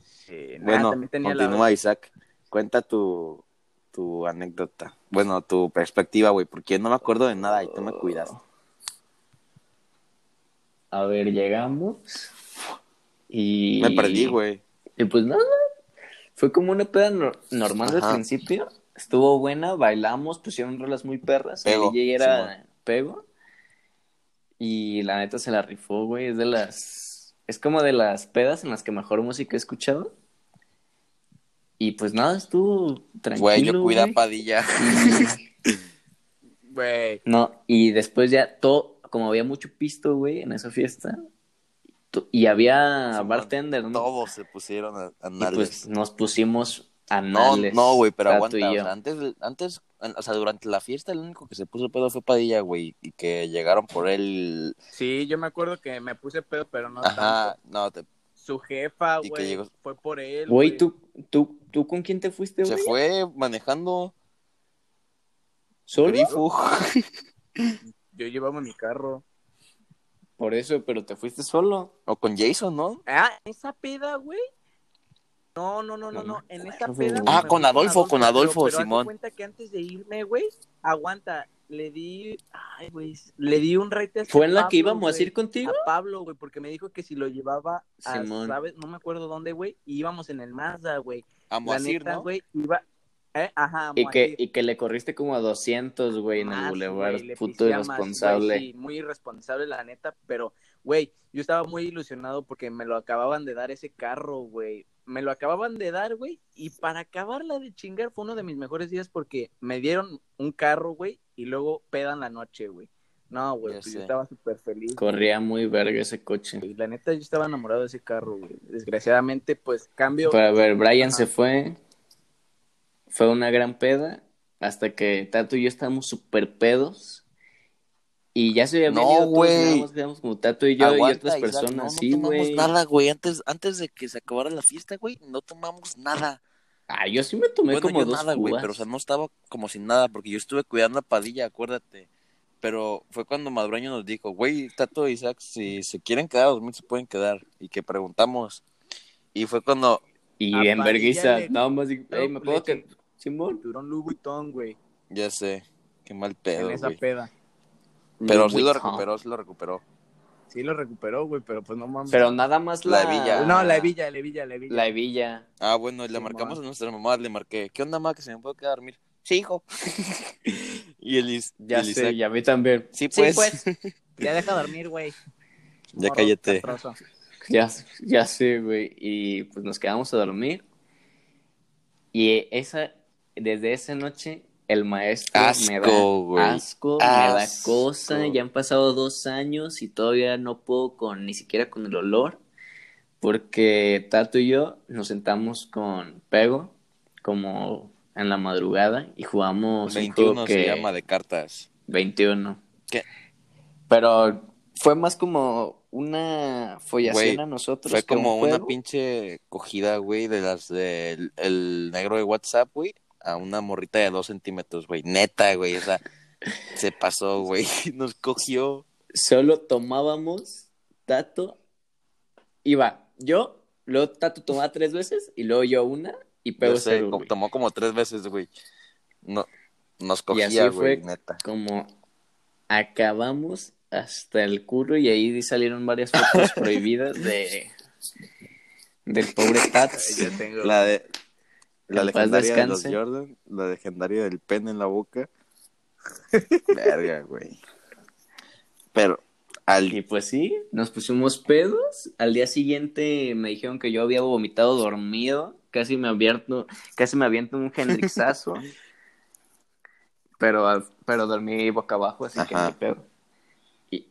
Sí, nada,
Bueno,
también tenía la-
continúa, Isaac. Cuenta tu, tu anécdota. Bueno, tu perspectiva, güey, porque yo no me acuerdo de nada y tú me cuidas.
Oh. A ver, llegamos. Y
Me perdí, güey.
Y pues nada, fue como una peda nor- normal al
Ajá.
principio. Estuvo buena, bailamos, pusieron rolas muy perras.
Pego,
El DJ era Pego. Y la neta se la rifó, güey. Es de las. Es como de las pedas en las que mejor música he escuchado. Y pues nada, estuvo tranquilo.
Güey, yo cuida
güey.
Padilla.
Güey,
No, y después ya todo, como había mucho pisto, güey, en esa fiesta. to- Y había
Simón,
bartender, ¿no?
Todos se pusieron a, a
Y pues
nales.
nos pusimos
No,
anales.
no, güey, pero
Tato
aguanta.
y
o
yo.
sea, antes, antes, o sea, durante la fiesta, el único que se puso pedo fue Padilla, güey, y que llegaron por él.
sí, yo me acuerdo que me puse pedo, pero no
Ajá,
tanto.
no, te-
Su jefa,
Y que
güey,
llegó-
fue por él.
Güey, ¿tú, tú, ¿tú con quién te fuiste,
se
güey?
fue manejando
¿Solo?
grifo.
Yo llevaba mi carro.
Por eso, pero te fuiste solo.
O con Jason, ¿no?
Ah, esa peda, güey. No, no, no,
No
no, no.
me
En esa
acuerdo,
peda.
güey.
güey,
Ah,
me
con
fui
Adolfo, con
pero-
Adolfo,
pero haz de
Simón.
cuenta que antes de irme, güey, aguanta. le di, ay, güey, le di un rate a
¿Fue en la que
Pablo,
íbamos a
Ah, güey, Ah,
ir contigo?
a Pablo, güey, porque me dijo que si lo llevaba a,
Simón.
¿sabes? No me acuerdo dónde, güey, y íbamos en el Mazda, güey.
A
La
Moacir,
neta,
¿no?
güey, iba, eh, ajá,
Y que,
Moacir.
y que le corriste como a 200, güey, en el
Más,
boulevard.
Ah, güey, le
Puto
pisé a más,
irresponsable.
güey, sí, muy irresponsable, la neta, pero, güey, yo estaba muy ilusionado porque me lo acababan de dar ese carro, güey. Me lo acababan de dar, güey, y para acabarla de chingar fue uno de mis mejores días porque me dieron un carro, güey, y luego pedan la noche, güey. No, güey,
Ya
pues
sé.
yo estaba súper feliz.
Corría muy verga ese coche.
güey. La neta, yo estaba enamorado de ese carro, güey. Desgraciadamente, pues cambio.
Pero a ver, Brian
Ajá.
se fue. Fue una gran peda. Hasta que Tato y yo estábamos súper pedos. Y ya se había
No,
ido todos,
güey.
nada más quedamos como Tato y yo y
Aguanta,
otras
Isaac,
personas.
no, no
sí,
tomamos
güey.
nada, güey. Antes, antes de que se acabara la fiesta, güey, no tomamos nada.
Ah, yo sí me tomé
bueno,
como
yo
dos
nada, güey,
cubas.
pero o sea, no estaba como sin nada, porque yo estuve cuidando a Padilla, acuérdate. Pero fue cuando Madureño nos dijo, güey, Tato y Isaac, si se quieren quedar a dormir, se pueden quedar. Y que preguntamos. Y fue cuando,
Y
a
en
Padilla
vergüenza,
le-
nada más. dije, "Ey, me
le
puedo
eché-
que. Simón.
Duró un Louis Vuitton, güey,
ya sé, qué mal
en
pedo,
esa
güey.
peda.
Pero
Louis
sí lo
Vuitton.
recuperó, sí lo recuperó.
Sí lo recuperó, güey, pero pues no mames.
Pero ah. nada más la.
La hebilla.
No, la Villa, la Villa, la Villa.
La hebilla.
Ah, bueno, y le
Sí,
marcamos a
ma.
nuestra mamá, le marqué, ¿qué onda, mamá, que se me puede quedar a dormir? Sí, hijo. y el, Is- y
Ya
el
sé,
Isaac,
y a mí también.
Sí,
Sí,
pues.
pues. Ya deja dormir, güey.
Ya
Morro
cállate.
castroso.
Ya, ya sé, güey. Y pues nos quedamos a dormir. Y esa, desde esa noche, el maestro me
Asco, güey.
da asco, me da
Asco.
cosa. Ya han pasado dos años y todavía no puedo con ni siquiera con el olor. Porque Tato y yo nos sentamos con Pego, como en la madrugada, y jugamos un juego
21
que-
se llama de cartas.
21.
¿Qué?
Pero fue más como una follación
Güey,
a nosotros.
Fue
que un
como una
juego.
pinche cogida, güey, de las del el negro de WhatsApp, güey, a una morrita de dos centímetros, güey. Neta, güey, o sea, se pasó, güey. Nos cogió.
Solo tomábamos Tato. Iba yo, luego Tato tomaba tres veces y luego yo una y
Pero
pego cero, güey.
tomó como tres veces, güey. No, nos
así
cogía,
fue.
güey, neta.
Como acabamos hasta el culo y ahí salieron varias fotos prohibidas de del pobre Tato.
Ya tengo.
La de. La
En paz
legendaria de los
descanse.
Jordan, la legendaria del pen en la boca. Verga, güey. Pero, al
Y pues sí, nos pusimos pedos. Al día siguiente me dijeron que yo había vomitado dormido. Casi me abierto, casi me aviento un Hendrixazo. pero, pero dormí boca abajo, así que
Ajá.
ni pedo. Y,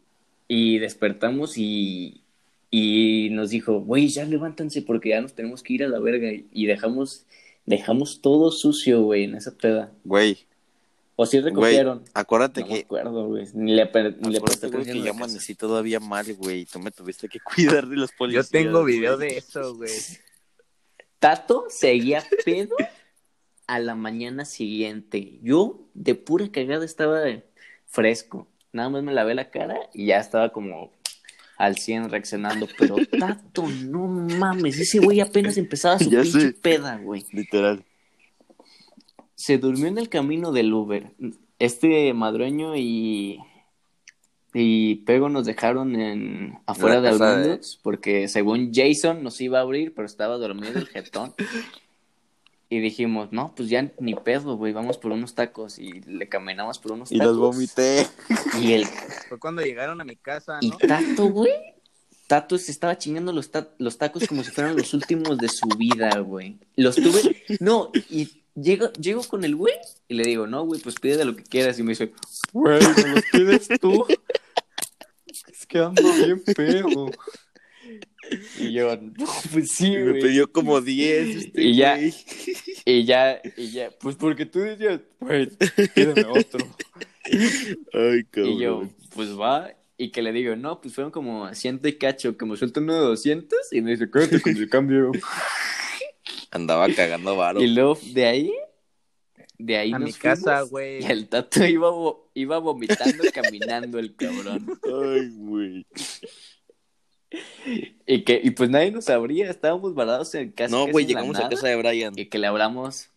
y despertamos y, y nos dijo, güey, ya levántanse porque ya nos tenemos que ir a la verga. Y dejamos, dejamos todo sucio, güey, en esa peda.
Güey,
O sí
güey,
recogieron.
acuérdate
no me
que,
acuerdo, güey. Ni le, per- ni le presté
acuérdate, güey,
atención
que
en
yo
la casa.
amanecí todavía mal, güey, y tú me tuviste que cuidar de los
Yo
policías.
tengo video
güey.
de eso, güey.
Tato seguía pedo a la mañana siguiente. Yo de pura cagada estaba fresco. Nada más me lavé la cara y ya estaba como al 100 reaccionando. Pero Tato, no mames, ese güey apenas empezaba su
Ya
pinche
sé.
peda, güey.
Literal.
Se durmió en el camino del Uber. Este madrueño y, y Pego nos dejaron en afuera
La
de
casa de-
Armando's porque según Jason nos iba a abrir, pero estaba dormido el jetón. Y dijimos, no, pues ya ni pedo, güey, vamos por unos tacos. Y le caminamos por unos
Y
tacos.
los vomité.
Y, el,
Fue cuando llegaron a mi casa,
y
¿no?
Tato, güey, Tato se estaba chingando los, ta- los tacos como si fueran los últimos de su vida, güey. Los tuve, no, y llego, llego con el güey y le digo, no, güey, pues pide lo que quieras. Y me dice, güey, me los pides tú. Es que ando bien pedo. Y yo, no, pues sí,
Y me
güey.
pidió como 10. este
Y ya-
güey.
Y ya, y ya, pues porque tú decías, güey, pídeme otro.
Ay, cabrón.
Y yo, pues va. Y que le digo, no, pues fueron como ciento y cacho, como suelto uno de 200. Y me dice, quédate con el cambio.
Andaba cagando varo.
y luego de ahí, de ahí
A
nos
mi casa,
fuimos,
güey.
Y el tato iba, vo- iba vomitando caminando el cabrón.
Ay, güey.
Y que y pues nadie nos abría, estábamos varados en casa.
No,
casi
güey,
en la
llegamos a
nada,
casa de Brian.
Y que le hablamos.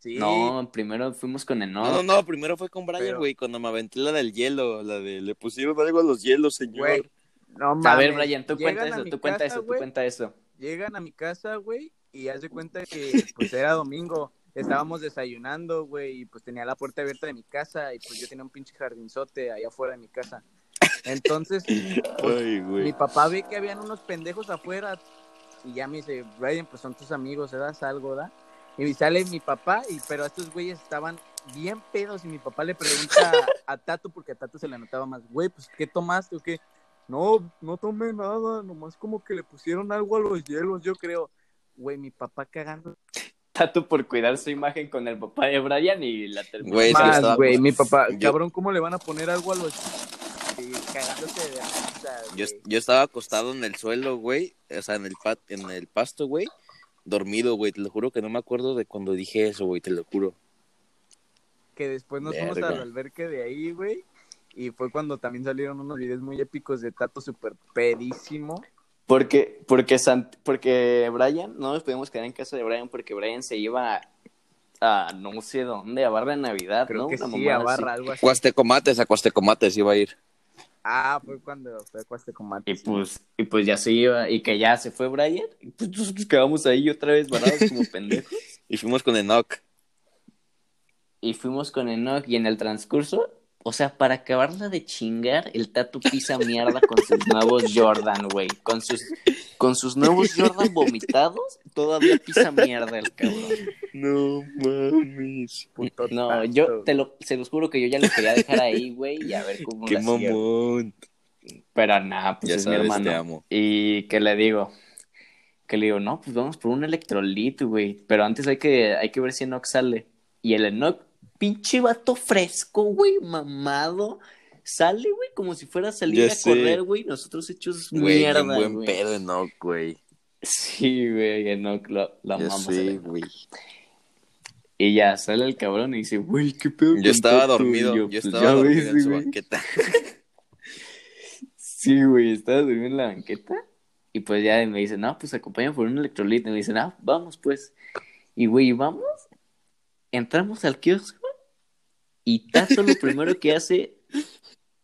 Sí.
No, primero fuimos con
No, no,
Enoch.
no, primero fue con Brian,
Pero-
güey, cuando me aventé la del hielo, la de le pusieron algo a los hielos, señor.
Güey, no mames.
A ver, Brian, tú
Llegan
cuenta
a
eso,
mi
tú cuenta
casa,
eso, tú
güey,
cuenta eso.
Llegan a mi casa, güey, y haz de cuenta que pues era domingo. Estábamos desayunando, güey, y pues tenía la puerta abierta de mi casa y pues yo tenía un pinche jardinzote allá afuera de mi casa. Entonces,
Ay,
mi
güey.
papá ve que habían unos pendejos afuera y ya me dice, Brian, pues son tus amigos, ¿verdad? Salgo, ¿verdad? Y sale mi papá, y pero estos güeyes estaban bien pedos y mi papá le pregunta a Tato, porque a Tato se le notaba más, güey, pues ¿qué tomaste o qué? No, no tomé nada, nomás como que le pusieron algo a los hielos, yo creo. Güey, mi papá cagando.
Tato por cuidar su imagen con el papá de Brian y la terminó.
Güey, se lo
Más,
estaba-
güey, mi papá,
Yo-
cabrón, ¿cómo le van a poner algo a los sí, cagándose de risa,
Yo,
güey.
yo estaba acostado en el suelo, güey, o sea, en el, pat, en el pasto, güey, dormido, güey, te lo juro que no me acuerdo de cuando dije eso, güey, te lo juro.
que después nos fuimos
Verga.
al alberque de ahí, güey. Y fue cuando también salieron unos videos muy épicos de Tato super pedísimo.
Porque, porque, Sant- porque Brian, no nos podíamos quedar en casa de Brian porque Brian se iba a, a no sé dónde, a barra de Navidad, Ah,
Creo
¿no?
que
Una
sí,
mamada
a
así.
barra, algo así.
Cuastecomates, a Cuastecomates iba a ir.
Ah, fue cuando este fue Cuastecomates.
Y pues, y pues ya se iba, y que ya se fue Brian, y pues nosotros quedamos ahí otra vez varados como pendejos.
Y fuimos con Enoch.
Y fuimos con Enoch, y en el transcurso, o sea, para acabarla de chingar, el Tato pisa mierda con sus nuevos Jordan, güey. Con sus, con sus nuevos Jordan vomitados, todavía pisa mierda el cabrón.
No mames.
Puto
No,
Tato,
Ah,
yo te lo, se los juro que yo ya lo quería dejar ahí, güey, y a ver cómo
Qué
la cierro.
mamón.
Pero nada, pues
Ya
es
sabes,
mi
te
hermano.
amo.
Y que le digo, que le digo, no, pues vamos por un electrolit, güey. Pero antes hay que, hay que ver si Enoch sale. Y el Enoch, pinche vato fresco, güey, mamado. Sale, güey, como si fuera a salir
Ya
a
sé.
correr, güey. Nosotros hechos
Güey,
mierda,
un buen
güey.
pedo Enoch, güey.
Sí, güey, Enoch, lo, lo
Ya
amamos. al
sé,
Enoch.
güey.
Y ya sale el cabrón y dice, güey, qué pedo. con
Yo estaba
Tato?" Y
dormido, yo,
"Pues
estaba
ya
dormido
ves,
en su
güey".
banqueta.
Sí, güey, estaba durmiendo en la banqueta y pues ya me dicen, no, pues acompáñame por un electrolito. Y me dicen, ah, vamos pues. Y güey, vamos, entramos al kiosco y Tato lo primero que hace,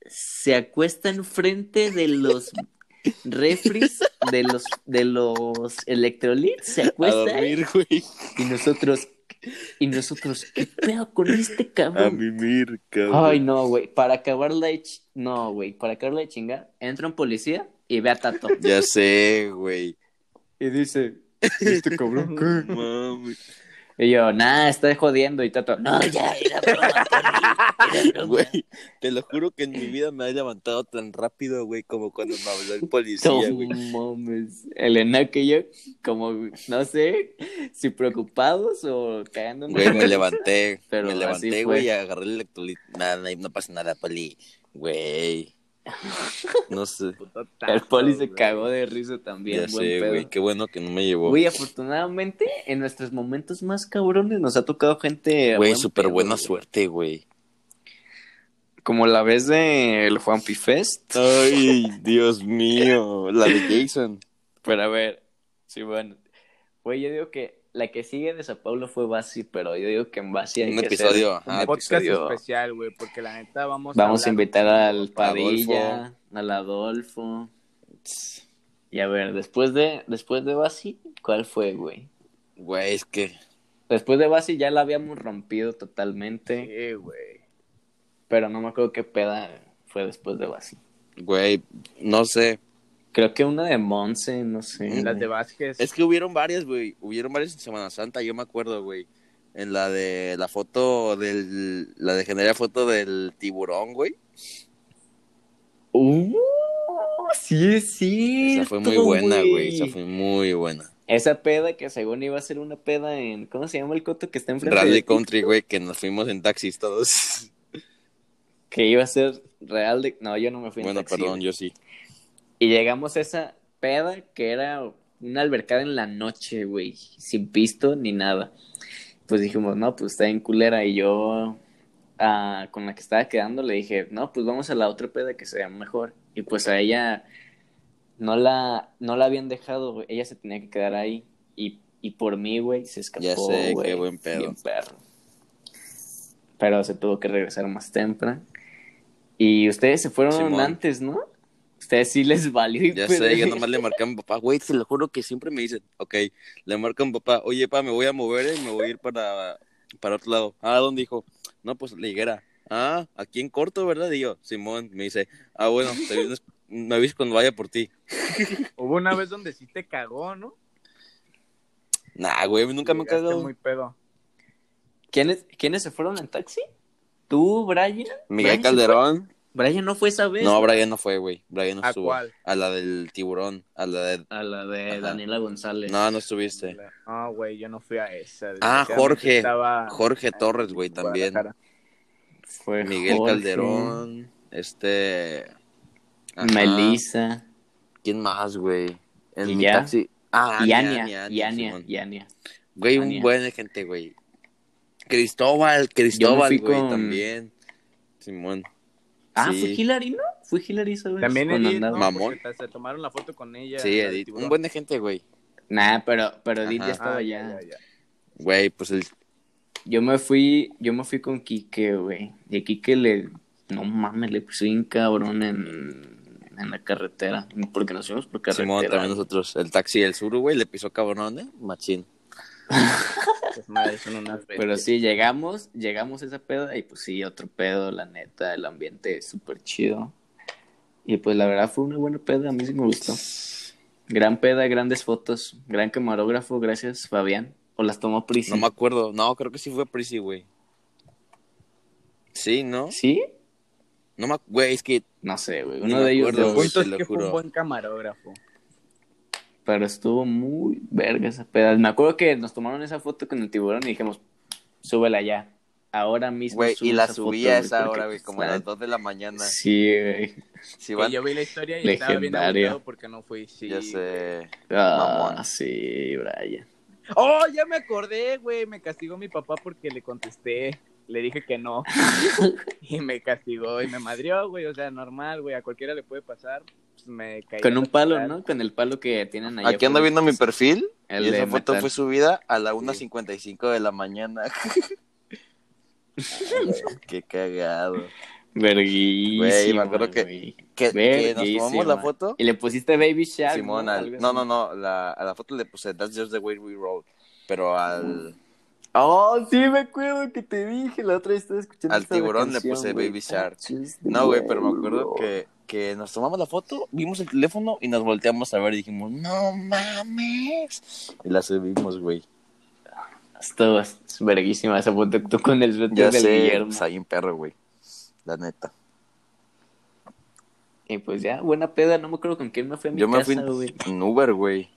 se acuesta enfrente de los refris, de los, de los electrolits, se
A
acuesta
dormir, güey.
y nosotros, y nosotros, ¿qué pedo con este
A
cabrón?
mimir, cabrón.
Ay, no, güey. Para acabarla de ch- No, güey. Para acabarla de chingar, entra un policía y ve a Tato.
Ya sé, güey.
Y dice, este cabrón
Mami.
Y yo, nah, está jodiendo. Y Tato, no, ya, era broma, Tony, era broma".
Güey, te lo juro que en mi vida me he levantado tan rápido, güey, como cuando me habló el
No
policía, güey.
mames. El Enoch y yo, como, no sé, si preocupados o cagándonos.
Güey, me levanté,
Pero
me
así
levanté,
fue.
güey, y agarré el electrolit. Nada, no, no pasa nada, poli. Güey. No sé,
puto
El
Tato,
poli se
güey.
cagó de risa también.
ya
buen
sé,
pedo.
güey. Qué bueno que no me llevó.
Güey, afortunadamente, en nuestros momentos más cabrones nos ha tocado gente.
Güey,
buen
súper
pedo,
buena
güey.
suerte, güey.
Como la vez del Juan Fest.
Ay, Dios mío. La de Jason.
Pero a ver, sí, bueno. Güey, yo digo que la que sigue de Sao Paulo fue Basi, pero yo digo que en Basi hay
Un
que hacer
episodio.
un
ajá.
Podcast
Ah, episodio.
especial, güey, porque la neta vamos,
Vamos a
hablar-
invitar al
Adolfo.
Padilla, al Adolfo. Y a ver, después de después de Basi, ¿cuál fue, güey?
Güey, es que.
Después de Basi ya la habíamos rompido totalmente,
Sí, güey.
pero no me acuerdo qué peda fue después de Basi.
Güey, no sé.
Creo que una de Monse, no sé.
Las de Vázquez.
Es que hubieron varias, güey. Hubieron varias en Semana Santa, yo me acuerdo, güey. En la de la foto del. La de generar foto del tiburón, güey.
Uh, sí, sí.
Esa fue muy buena, güey. Esa fue muy buena.
Esa peda que según iba a ser una peda en. ¿Cómo se llama el coto que está enfrente?
Rally
de ti?
Country, güey, que nos fuimos en taxis todos.
Que iba a ser Real de. No, yo no me fui en
Bueno,
taxi,
perdón,
güey.
yo sí.
Y llegamos a esa peda que era una albercada en la noche, güey. Sin pisto ni nada. Pues dijimos, no, pues está en culera. Y yo, ah, con la que estaba quedando, le dije, no, pues vamos a la otra peda que sea mejor. Y pues a ella no la, no la habían dejado, güey. Ella se tenía que quedar ahí. Y, y por mí, güey, se escapó.
Ya sé, qué
güey.
buen pedo.
Bien perro. pero se tuvo que regresar más temprano. Y ustedes se fueron
Simón.
antes, ¿no? Ustedes sí les valió. y
Ya
pues-
sé, yo nomás le marqué a mi papá, güey, te lo juro que siempre me dicen, ok, le marco a mi papá, oye, pa, me voy a mover eh, me voy a ir para, para otro lado. Ah, ¿dónde dijo? No, pues la higuera. Ah, aquí en corto, ¿verdad? Y yo, Simón, me dice, ah, bueno, te vienes- me avisas cuando vaya por ti.
Hubo una vez donde sí te cagó, ¿no?
Nah, güey, a mí nunca me he
Llegaste
cagado.
muy pedo.
¿Quiénes, ¿Quiénes se fueron en taxi? ¿Tú, Brian?
Miguel
Brian se
Calderón.
Brian no fue esa vez.
No, Brian no fue, güey. Brian no
¿A
estuvo.
cuál?
A la del tiburón, a la de...
A la de
Ajá.
Daniela González.
No, no estuviste.
No, güey, yo no fui a esa.
Ah,
desgraciadamente
Jorge.
Estaba
Jorge Torres, güey,
en
también.
Guadalajara.
fue
Miguel
Jorge,
Calderón, este... ajá.
Melissa.
¿Quién más, güey?
¿Y
En mi
ya?
taxi. Ah,
Y
Ania,
Ania.
Ania,
Y Ania.
Simón.
Y Ania.
Güey,
Ania.
un buen de gente, güey. Cristóbal, Cristóbal,
fui
güey,
con-
también. Simón.
Ah,
Sí.
¿fue Hilary, no? ¿Fue Hilary esa vez?
También
cuando
Edith, ¿no?
andaba?
Mamón.
Porque Se tomaron la foto con ella.
Sí,
la del
Edith.
tiburón.
Un buen de gente, güey.
Nah, pero, pero Edith ya
Ajá.
Ah,
estaba
ya,
ya.
ya, ya.
Güey, pues el...
Yo me fui, yo me fui con Quique, güey. Y a Quique le, no mames, le puse un cabrón en, en la carretera. Porque nos fuimos por carretera.
Simón, también nosotros. El taxi del sur, güey, le pisó cabrón, ¿eh? Machín.
Esas madres son unas
Pero
bestias.
sí, llegamos, llegamos a esa peda y pues sí, otro pedo, la neta, el ambiente es súper chido. Y pues la verdad fue una buena peda, a mí sí me gustó. Gran peda, grandes fotos, gran camarógrafo, gracias Fabián. O las tomó Prisi.
No me acuerdo. No, creo que sí fue Prissy, güey. Sí, ¿no?
¿Sí?
No me... ac- Güey, es que...
No sé, güey.
Ni
Uno
me
de ellos
acuerdo,
dos.
güey.
Punto
te
es
lo
que fue
juro.
un buen camarógrafo.
Pero estuvo muy verga esa peda. Me acuerdo que nos tomaron esa foto con el tiburón y dijimos, súbela ya. Ahora mismo.
Güey,
sube
y la
esa foto,
subí a esa
porque,
hora, güey,
pues,
como a las
la-
2 de la mañana.
Sí, güey.
Si
Que
van...
yo vi la historia y estaba bien
Legendario.
agotado porque no fui. Sí.
Ya sé.
Ah,
Mamón.
sí, Brian.
Oh, ya me acordé, güey. Me castigó mi papá porque le contesté. Le dije que no. y me castigó y me madrió, güey. O sea, normal, güey. A cualquiera le puede pasar. Pues me caí.
Con un
a
palo,
tocar.
¿no? Con el palo que tienen ahí.
Aquí ando viendo mi perfil.
El
y
de
esa foto
metal.
fue subida a la 1.55 de la mañana. Qué cagado.
Verguísima,
Güey, me acuerdo que-
güey.
Que, que nos
Verguísima.
tomamos la foto.
Y le pusiste Baby Shark.
Simón,
¿no?
al-
Algo
no,
así.
no, no. la- a la foto le puse That's just the way we roll. Pero al, Oh,
sí, me acuerdo que te dije. La otra vez estaba escuchando.
al
esta
tiburón le
canción,
puse
güey. Oh,
Baby Shark.
Just the
No, güey,
way
pero me acuerdo
we roll.
que, que nos tomamos la foto, vimos el teléfono y nos volteamos a ver y dijimos, no mames. Y la subimos, güey.
Estuvo es verguísima esa foto tú con el reto
Ya
del
sé,
Guillermo.
pues ahí en perro, güey. La neta.
Y pues ya, buena peda. No me acuerdo con quién me fui a mi
Yo
casa,
me fui en-
güey.
en Uber, güey.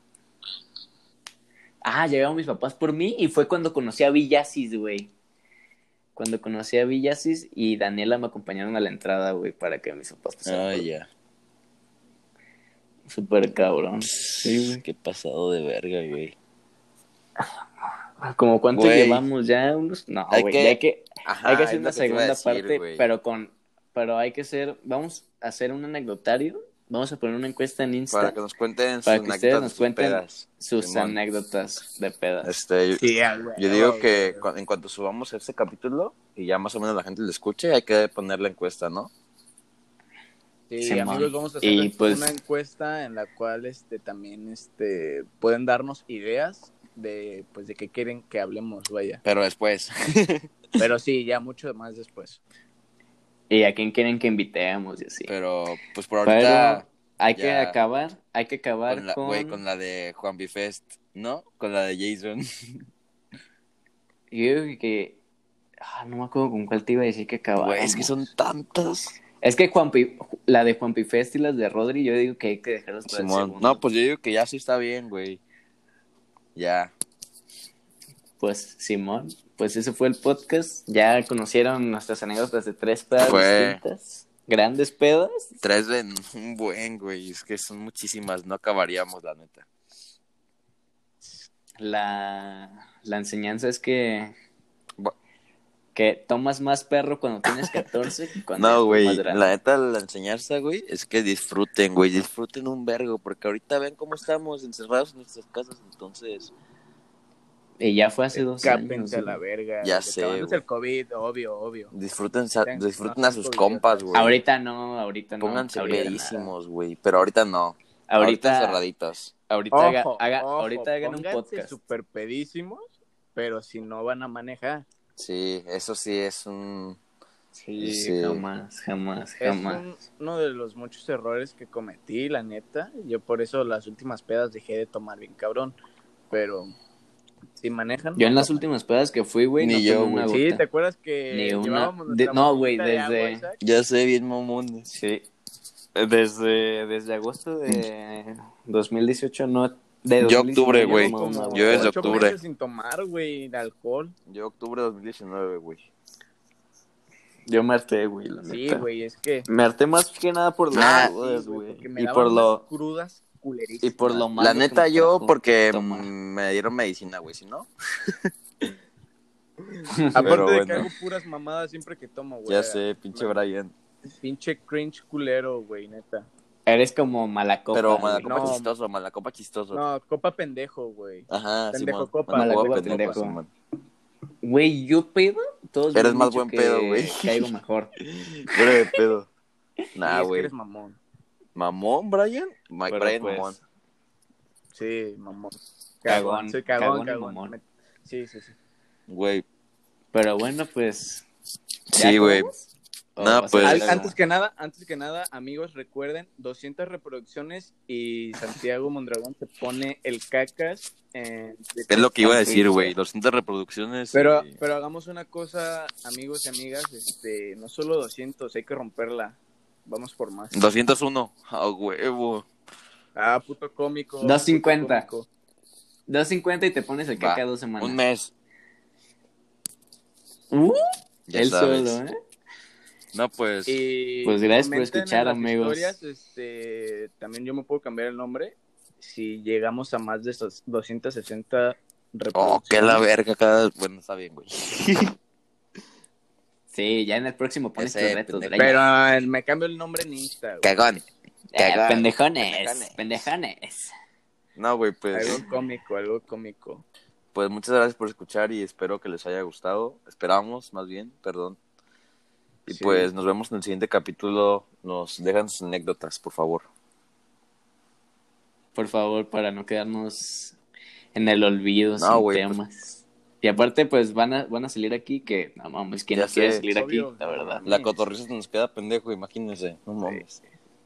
Ah, llegaron mis papás por mí y fue cuando conocí a Villasis, güey. Cuando conocí a Villasis y Daniela me acompañaron a la entrada, güey, para que mis papás pasaran.
Ah,
por-
ya.
Súper cabrón. Sí, güey.
Qué pasado de verga, güey.
Como cuánto
Güey.
llevamos ya unos. No,
Hay
güey.
que-
ya Hay que,
Ajá,
hay que
es
hacer
lo
una
que te iba a
segunda
decir,
parte,
güey.
pero con. Pero hay que hacer. Vamos a hacer un anecdotario. Vamos a poner una encuesta en Insta.
Para que nos cuenten
Para
sus
que ustedes
anécdotas,
nos
sus
cuenten
pedas.
sus
Simón.
anécdotas de pedas.
Este, yo-
Sí, ah, güey.
yo digo que cu- en cuanto subamos este capítulo y ya más o menos la gente lo escuche, hay que poner la encuesta, ¿no?
Sí,
Simón.
amigos, vamos a hacer
Y, pues-
una encuesta en la cual este también este pueden darnos ideas de pues de qué quieren que hablemos, vaya.
Pero después.
Pero sí, ya mucho más después.
Y a quién quieren que invitemos y así.
Pero pues por
Pero
ahorita
hay que
ya.
acabar, hay que acabar
con la,
con,
güey, con la de Juan Bifest, ¿no? Con la de Jason.
Yo creo que... ah, no me acuerdo con cuál te iba a decir que acabamos.
Güey, es que son tantas.
Es que Juan Pi- la de Juan Pifest y las de Rodri, yo digo que hay que dejarlas para el
Simón.
segundo.
No, pues yo digo que ya sí está bien, güey. Ya.
Pues, Simón, pues ese fue el podcast. Ya conocieron nuestras anécdotas de tres pedas
Fue-
distintas. Grandes pedas.
Tres de un buen, güey. Es que son muchísimas. No acabaríamos, la neta.
La, la enseñanza es que...
Bu-
Que tomas más perro cuando tienes 14 que cuando ya
No,
estás
güey,
más grande.
la neta, la enseñanza, güey, es que disfruten, güey, disfruten un vergo, porque ahorita ven cómo estamos encerrados en nuestras casas, entonces,
Y ya fue hace dos años.
Escápense a
güey.
la verga.
Ya
güey,
sé,
acabándose
güey.
el COVID, obvio, obvio.
Disfruten, sa-
Tengan-
disfruten
no,
a sus
estoy
compas,
bien.
güey.
Ahorita no, ahorita no.
Pónganse
ahorita no.
pedísimos, güey. Pero ahorita no.
Ahorita,
Ahorita,
ahorita,
cerraditos.
haga-
Ojo,
haga-
ojo,
ahorita hagan un
pónganse
podcast.
super pedísimos, pero si no van a manejar.
Sí, eso sí es un.
Sí,
Sí.
jamás, jamás,
Es
jamás.
un- uno de los muchos errores que cometí, la neta. Yo por eso las últimas pedas dejé de tomar bien cabrón. Pero si manejan.
Yo en
no
las
toman.
últimas pedas que fui, güey,
Ni
no tomé
yo,
una
Sí,
gota.
¿te acuerdas que
Ni una-
llevábamos
de-
nuestra
no, güey,
botellita de
desde-
agua, Isaac?
Ya sé, bien mamones.
Sí. Eh, Desde, desde agosto de 2018, no. De
Yo octubre,
no,
güey.
no, no,
Como
Yo desde
ocho
octubre.
meses sin tomar, güey, de alcohol.
Yo octubre de 2019, güey.
Yo me harté, güey. la
Sí,
neta.
güey, es que.
Me harté más que nada por las
Ah,
dudas,
sí, güey,
güey.
porque me
Y
daban
por
unas
lo.
crudas
Y
culerísimas.
por lo malo
La
que
neta,
me
yo
trajo
porque
tomar.
mm, me dieron medicina, güey. Si no,
Aparte
Pero
de que
bueno.
hago puras mamadas siempre que tomo, güey.
ya sé, pinche Brian.
Pinche cringe culero, güey, neta.
Eres como malacopa.
Pero
güey.
malacopa
No.
chistoso, malacopa chistoso.
No, copa pendejo, güey.
Ajá,
Pendejo
Simón.
copa.
Malacopa
Malacopa
pendejo,
pendejo.
Simón.
Güey, yo pedo. Todos me
Eres
han
más
dicho
buen
que
pedo, güey.
Caigo mejor.
Fuera de pedo.
Sí,
Nah,
es que
güey.
eres mamón.
¿Mamón, Brian? Ma-
Pero,
Brian,
pues,
mamón.
Sí, mamón.
Cagón,
Soy cagón,
cagón
cagón.
y mamón.
Me- Sí, sí, sí.
Güey.
Pero bueno, pues. ¿ya
Sí, güey.
acabamos? ¿O
No,
vas a
pues-
hacer
Al-
algo?
antes que nada, antes que nada, amigos, recuerden 200 reproducciones y Santiago Mondragón se pone el cacas. en-
Es lo que iba a
Sí,
decir,
sí.
güey. 200 reproducciones.
Pero,
y-
pero hagamos una cosa, amigos y amigas, este, no solo 200, hay que romperla. Vamos por más.
201. A huevo.
Ah, puto cómico.
Dos cincuenta.
puto cómico.
2.50 y te pones el
Va.
caca dos semanas.
Un mes.
Uh,
Ya
él
sabes.
solo, ¿eh?
No, pues.
Y
Pues gracias por
comenten en
escuchar,
las
amigos.
historias, este, también yo me puedo cambiar el nombre si llegamos a más de esos 260
Oh,
reproducciones.
que la verga. Cada... Bueno, está bien, güey.
Sí, ya en el próximo pones
Ese
tus retos.
pendejo.
Brian.
Pero eh, me cambio el nombre en Insta. güey.
Cagón.
Eh,
cagado.
pendejones, pendejones.
No, güey, pues.
Algo cómico, algo cómico.
Pues muchas gracias por escuchar y espero que les haya gustado. Esperamos, más bien, perdón. Y
Sí.
pues nos vemos en el siguiente capítulo. Nos dejan sus anécdotas, por favor.
Por favor, para no quedarnos en el olvido
No,
sin
güey, pues-
temas. Y aparte, pues van a, van a salir aquí que, no mames, ¿quién
Ya
no quiere
sé,
salir
obvio,
aquí? La
no
verdad.
mames.
La cotorriza se nos queda pendejo, imagínense. No mames.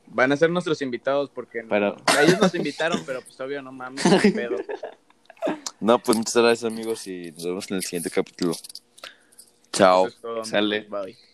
Van a ser nuestros invitados porque
Pero,
ellos nos invitaron, pero pues obvio no mames, qué pedo.
No, pues muchas gracias, amigos, y nos vemos en el siguiente capítulo. Chao.
Eso es todo, amigos.
Sale.
Bye.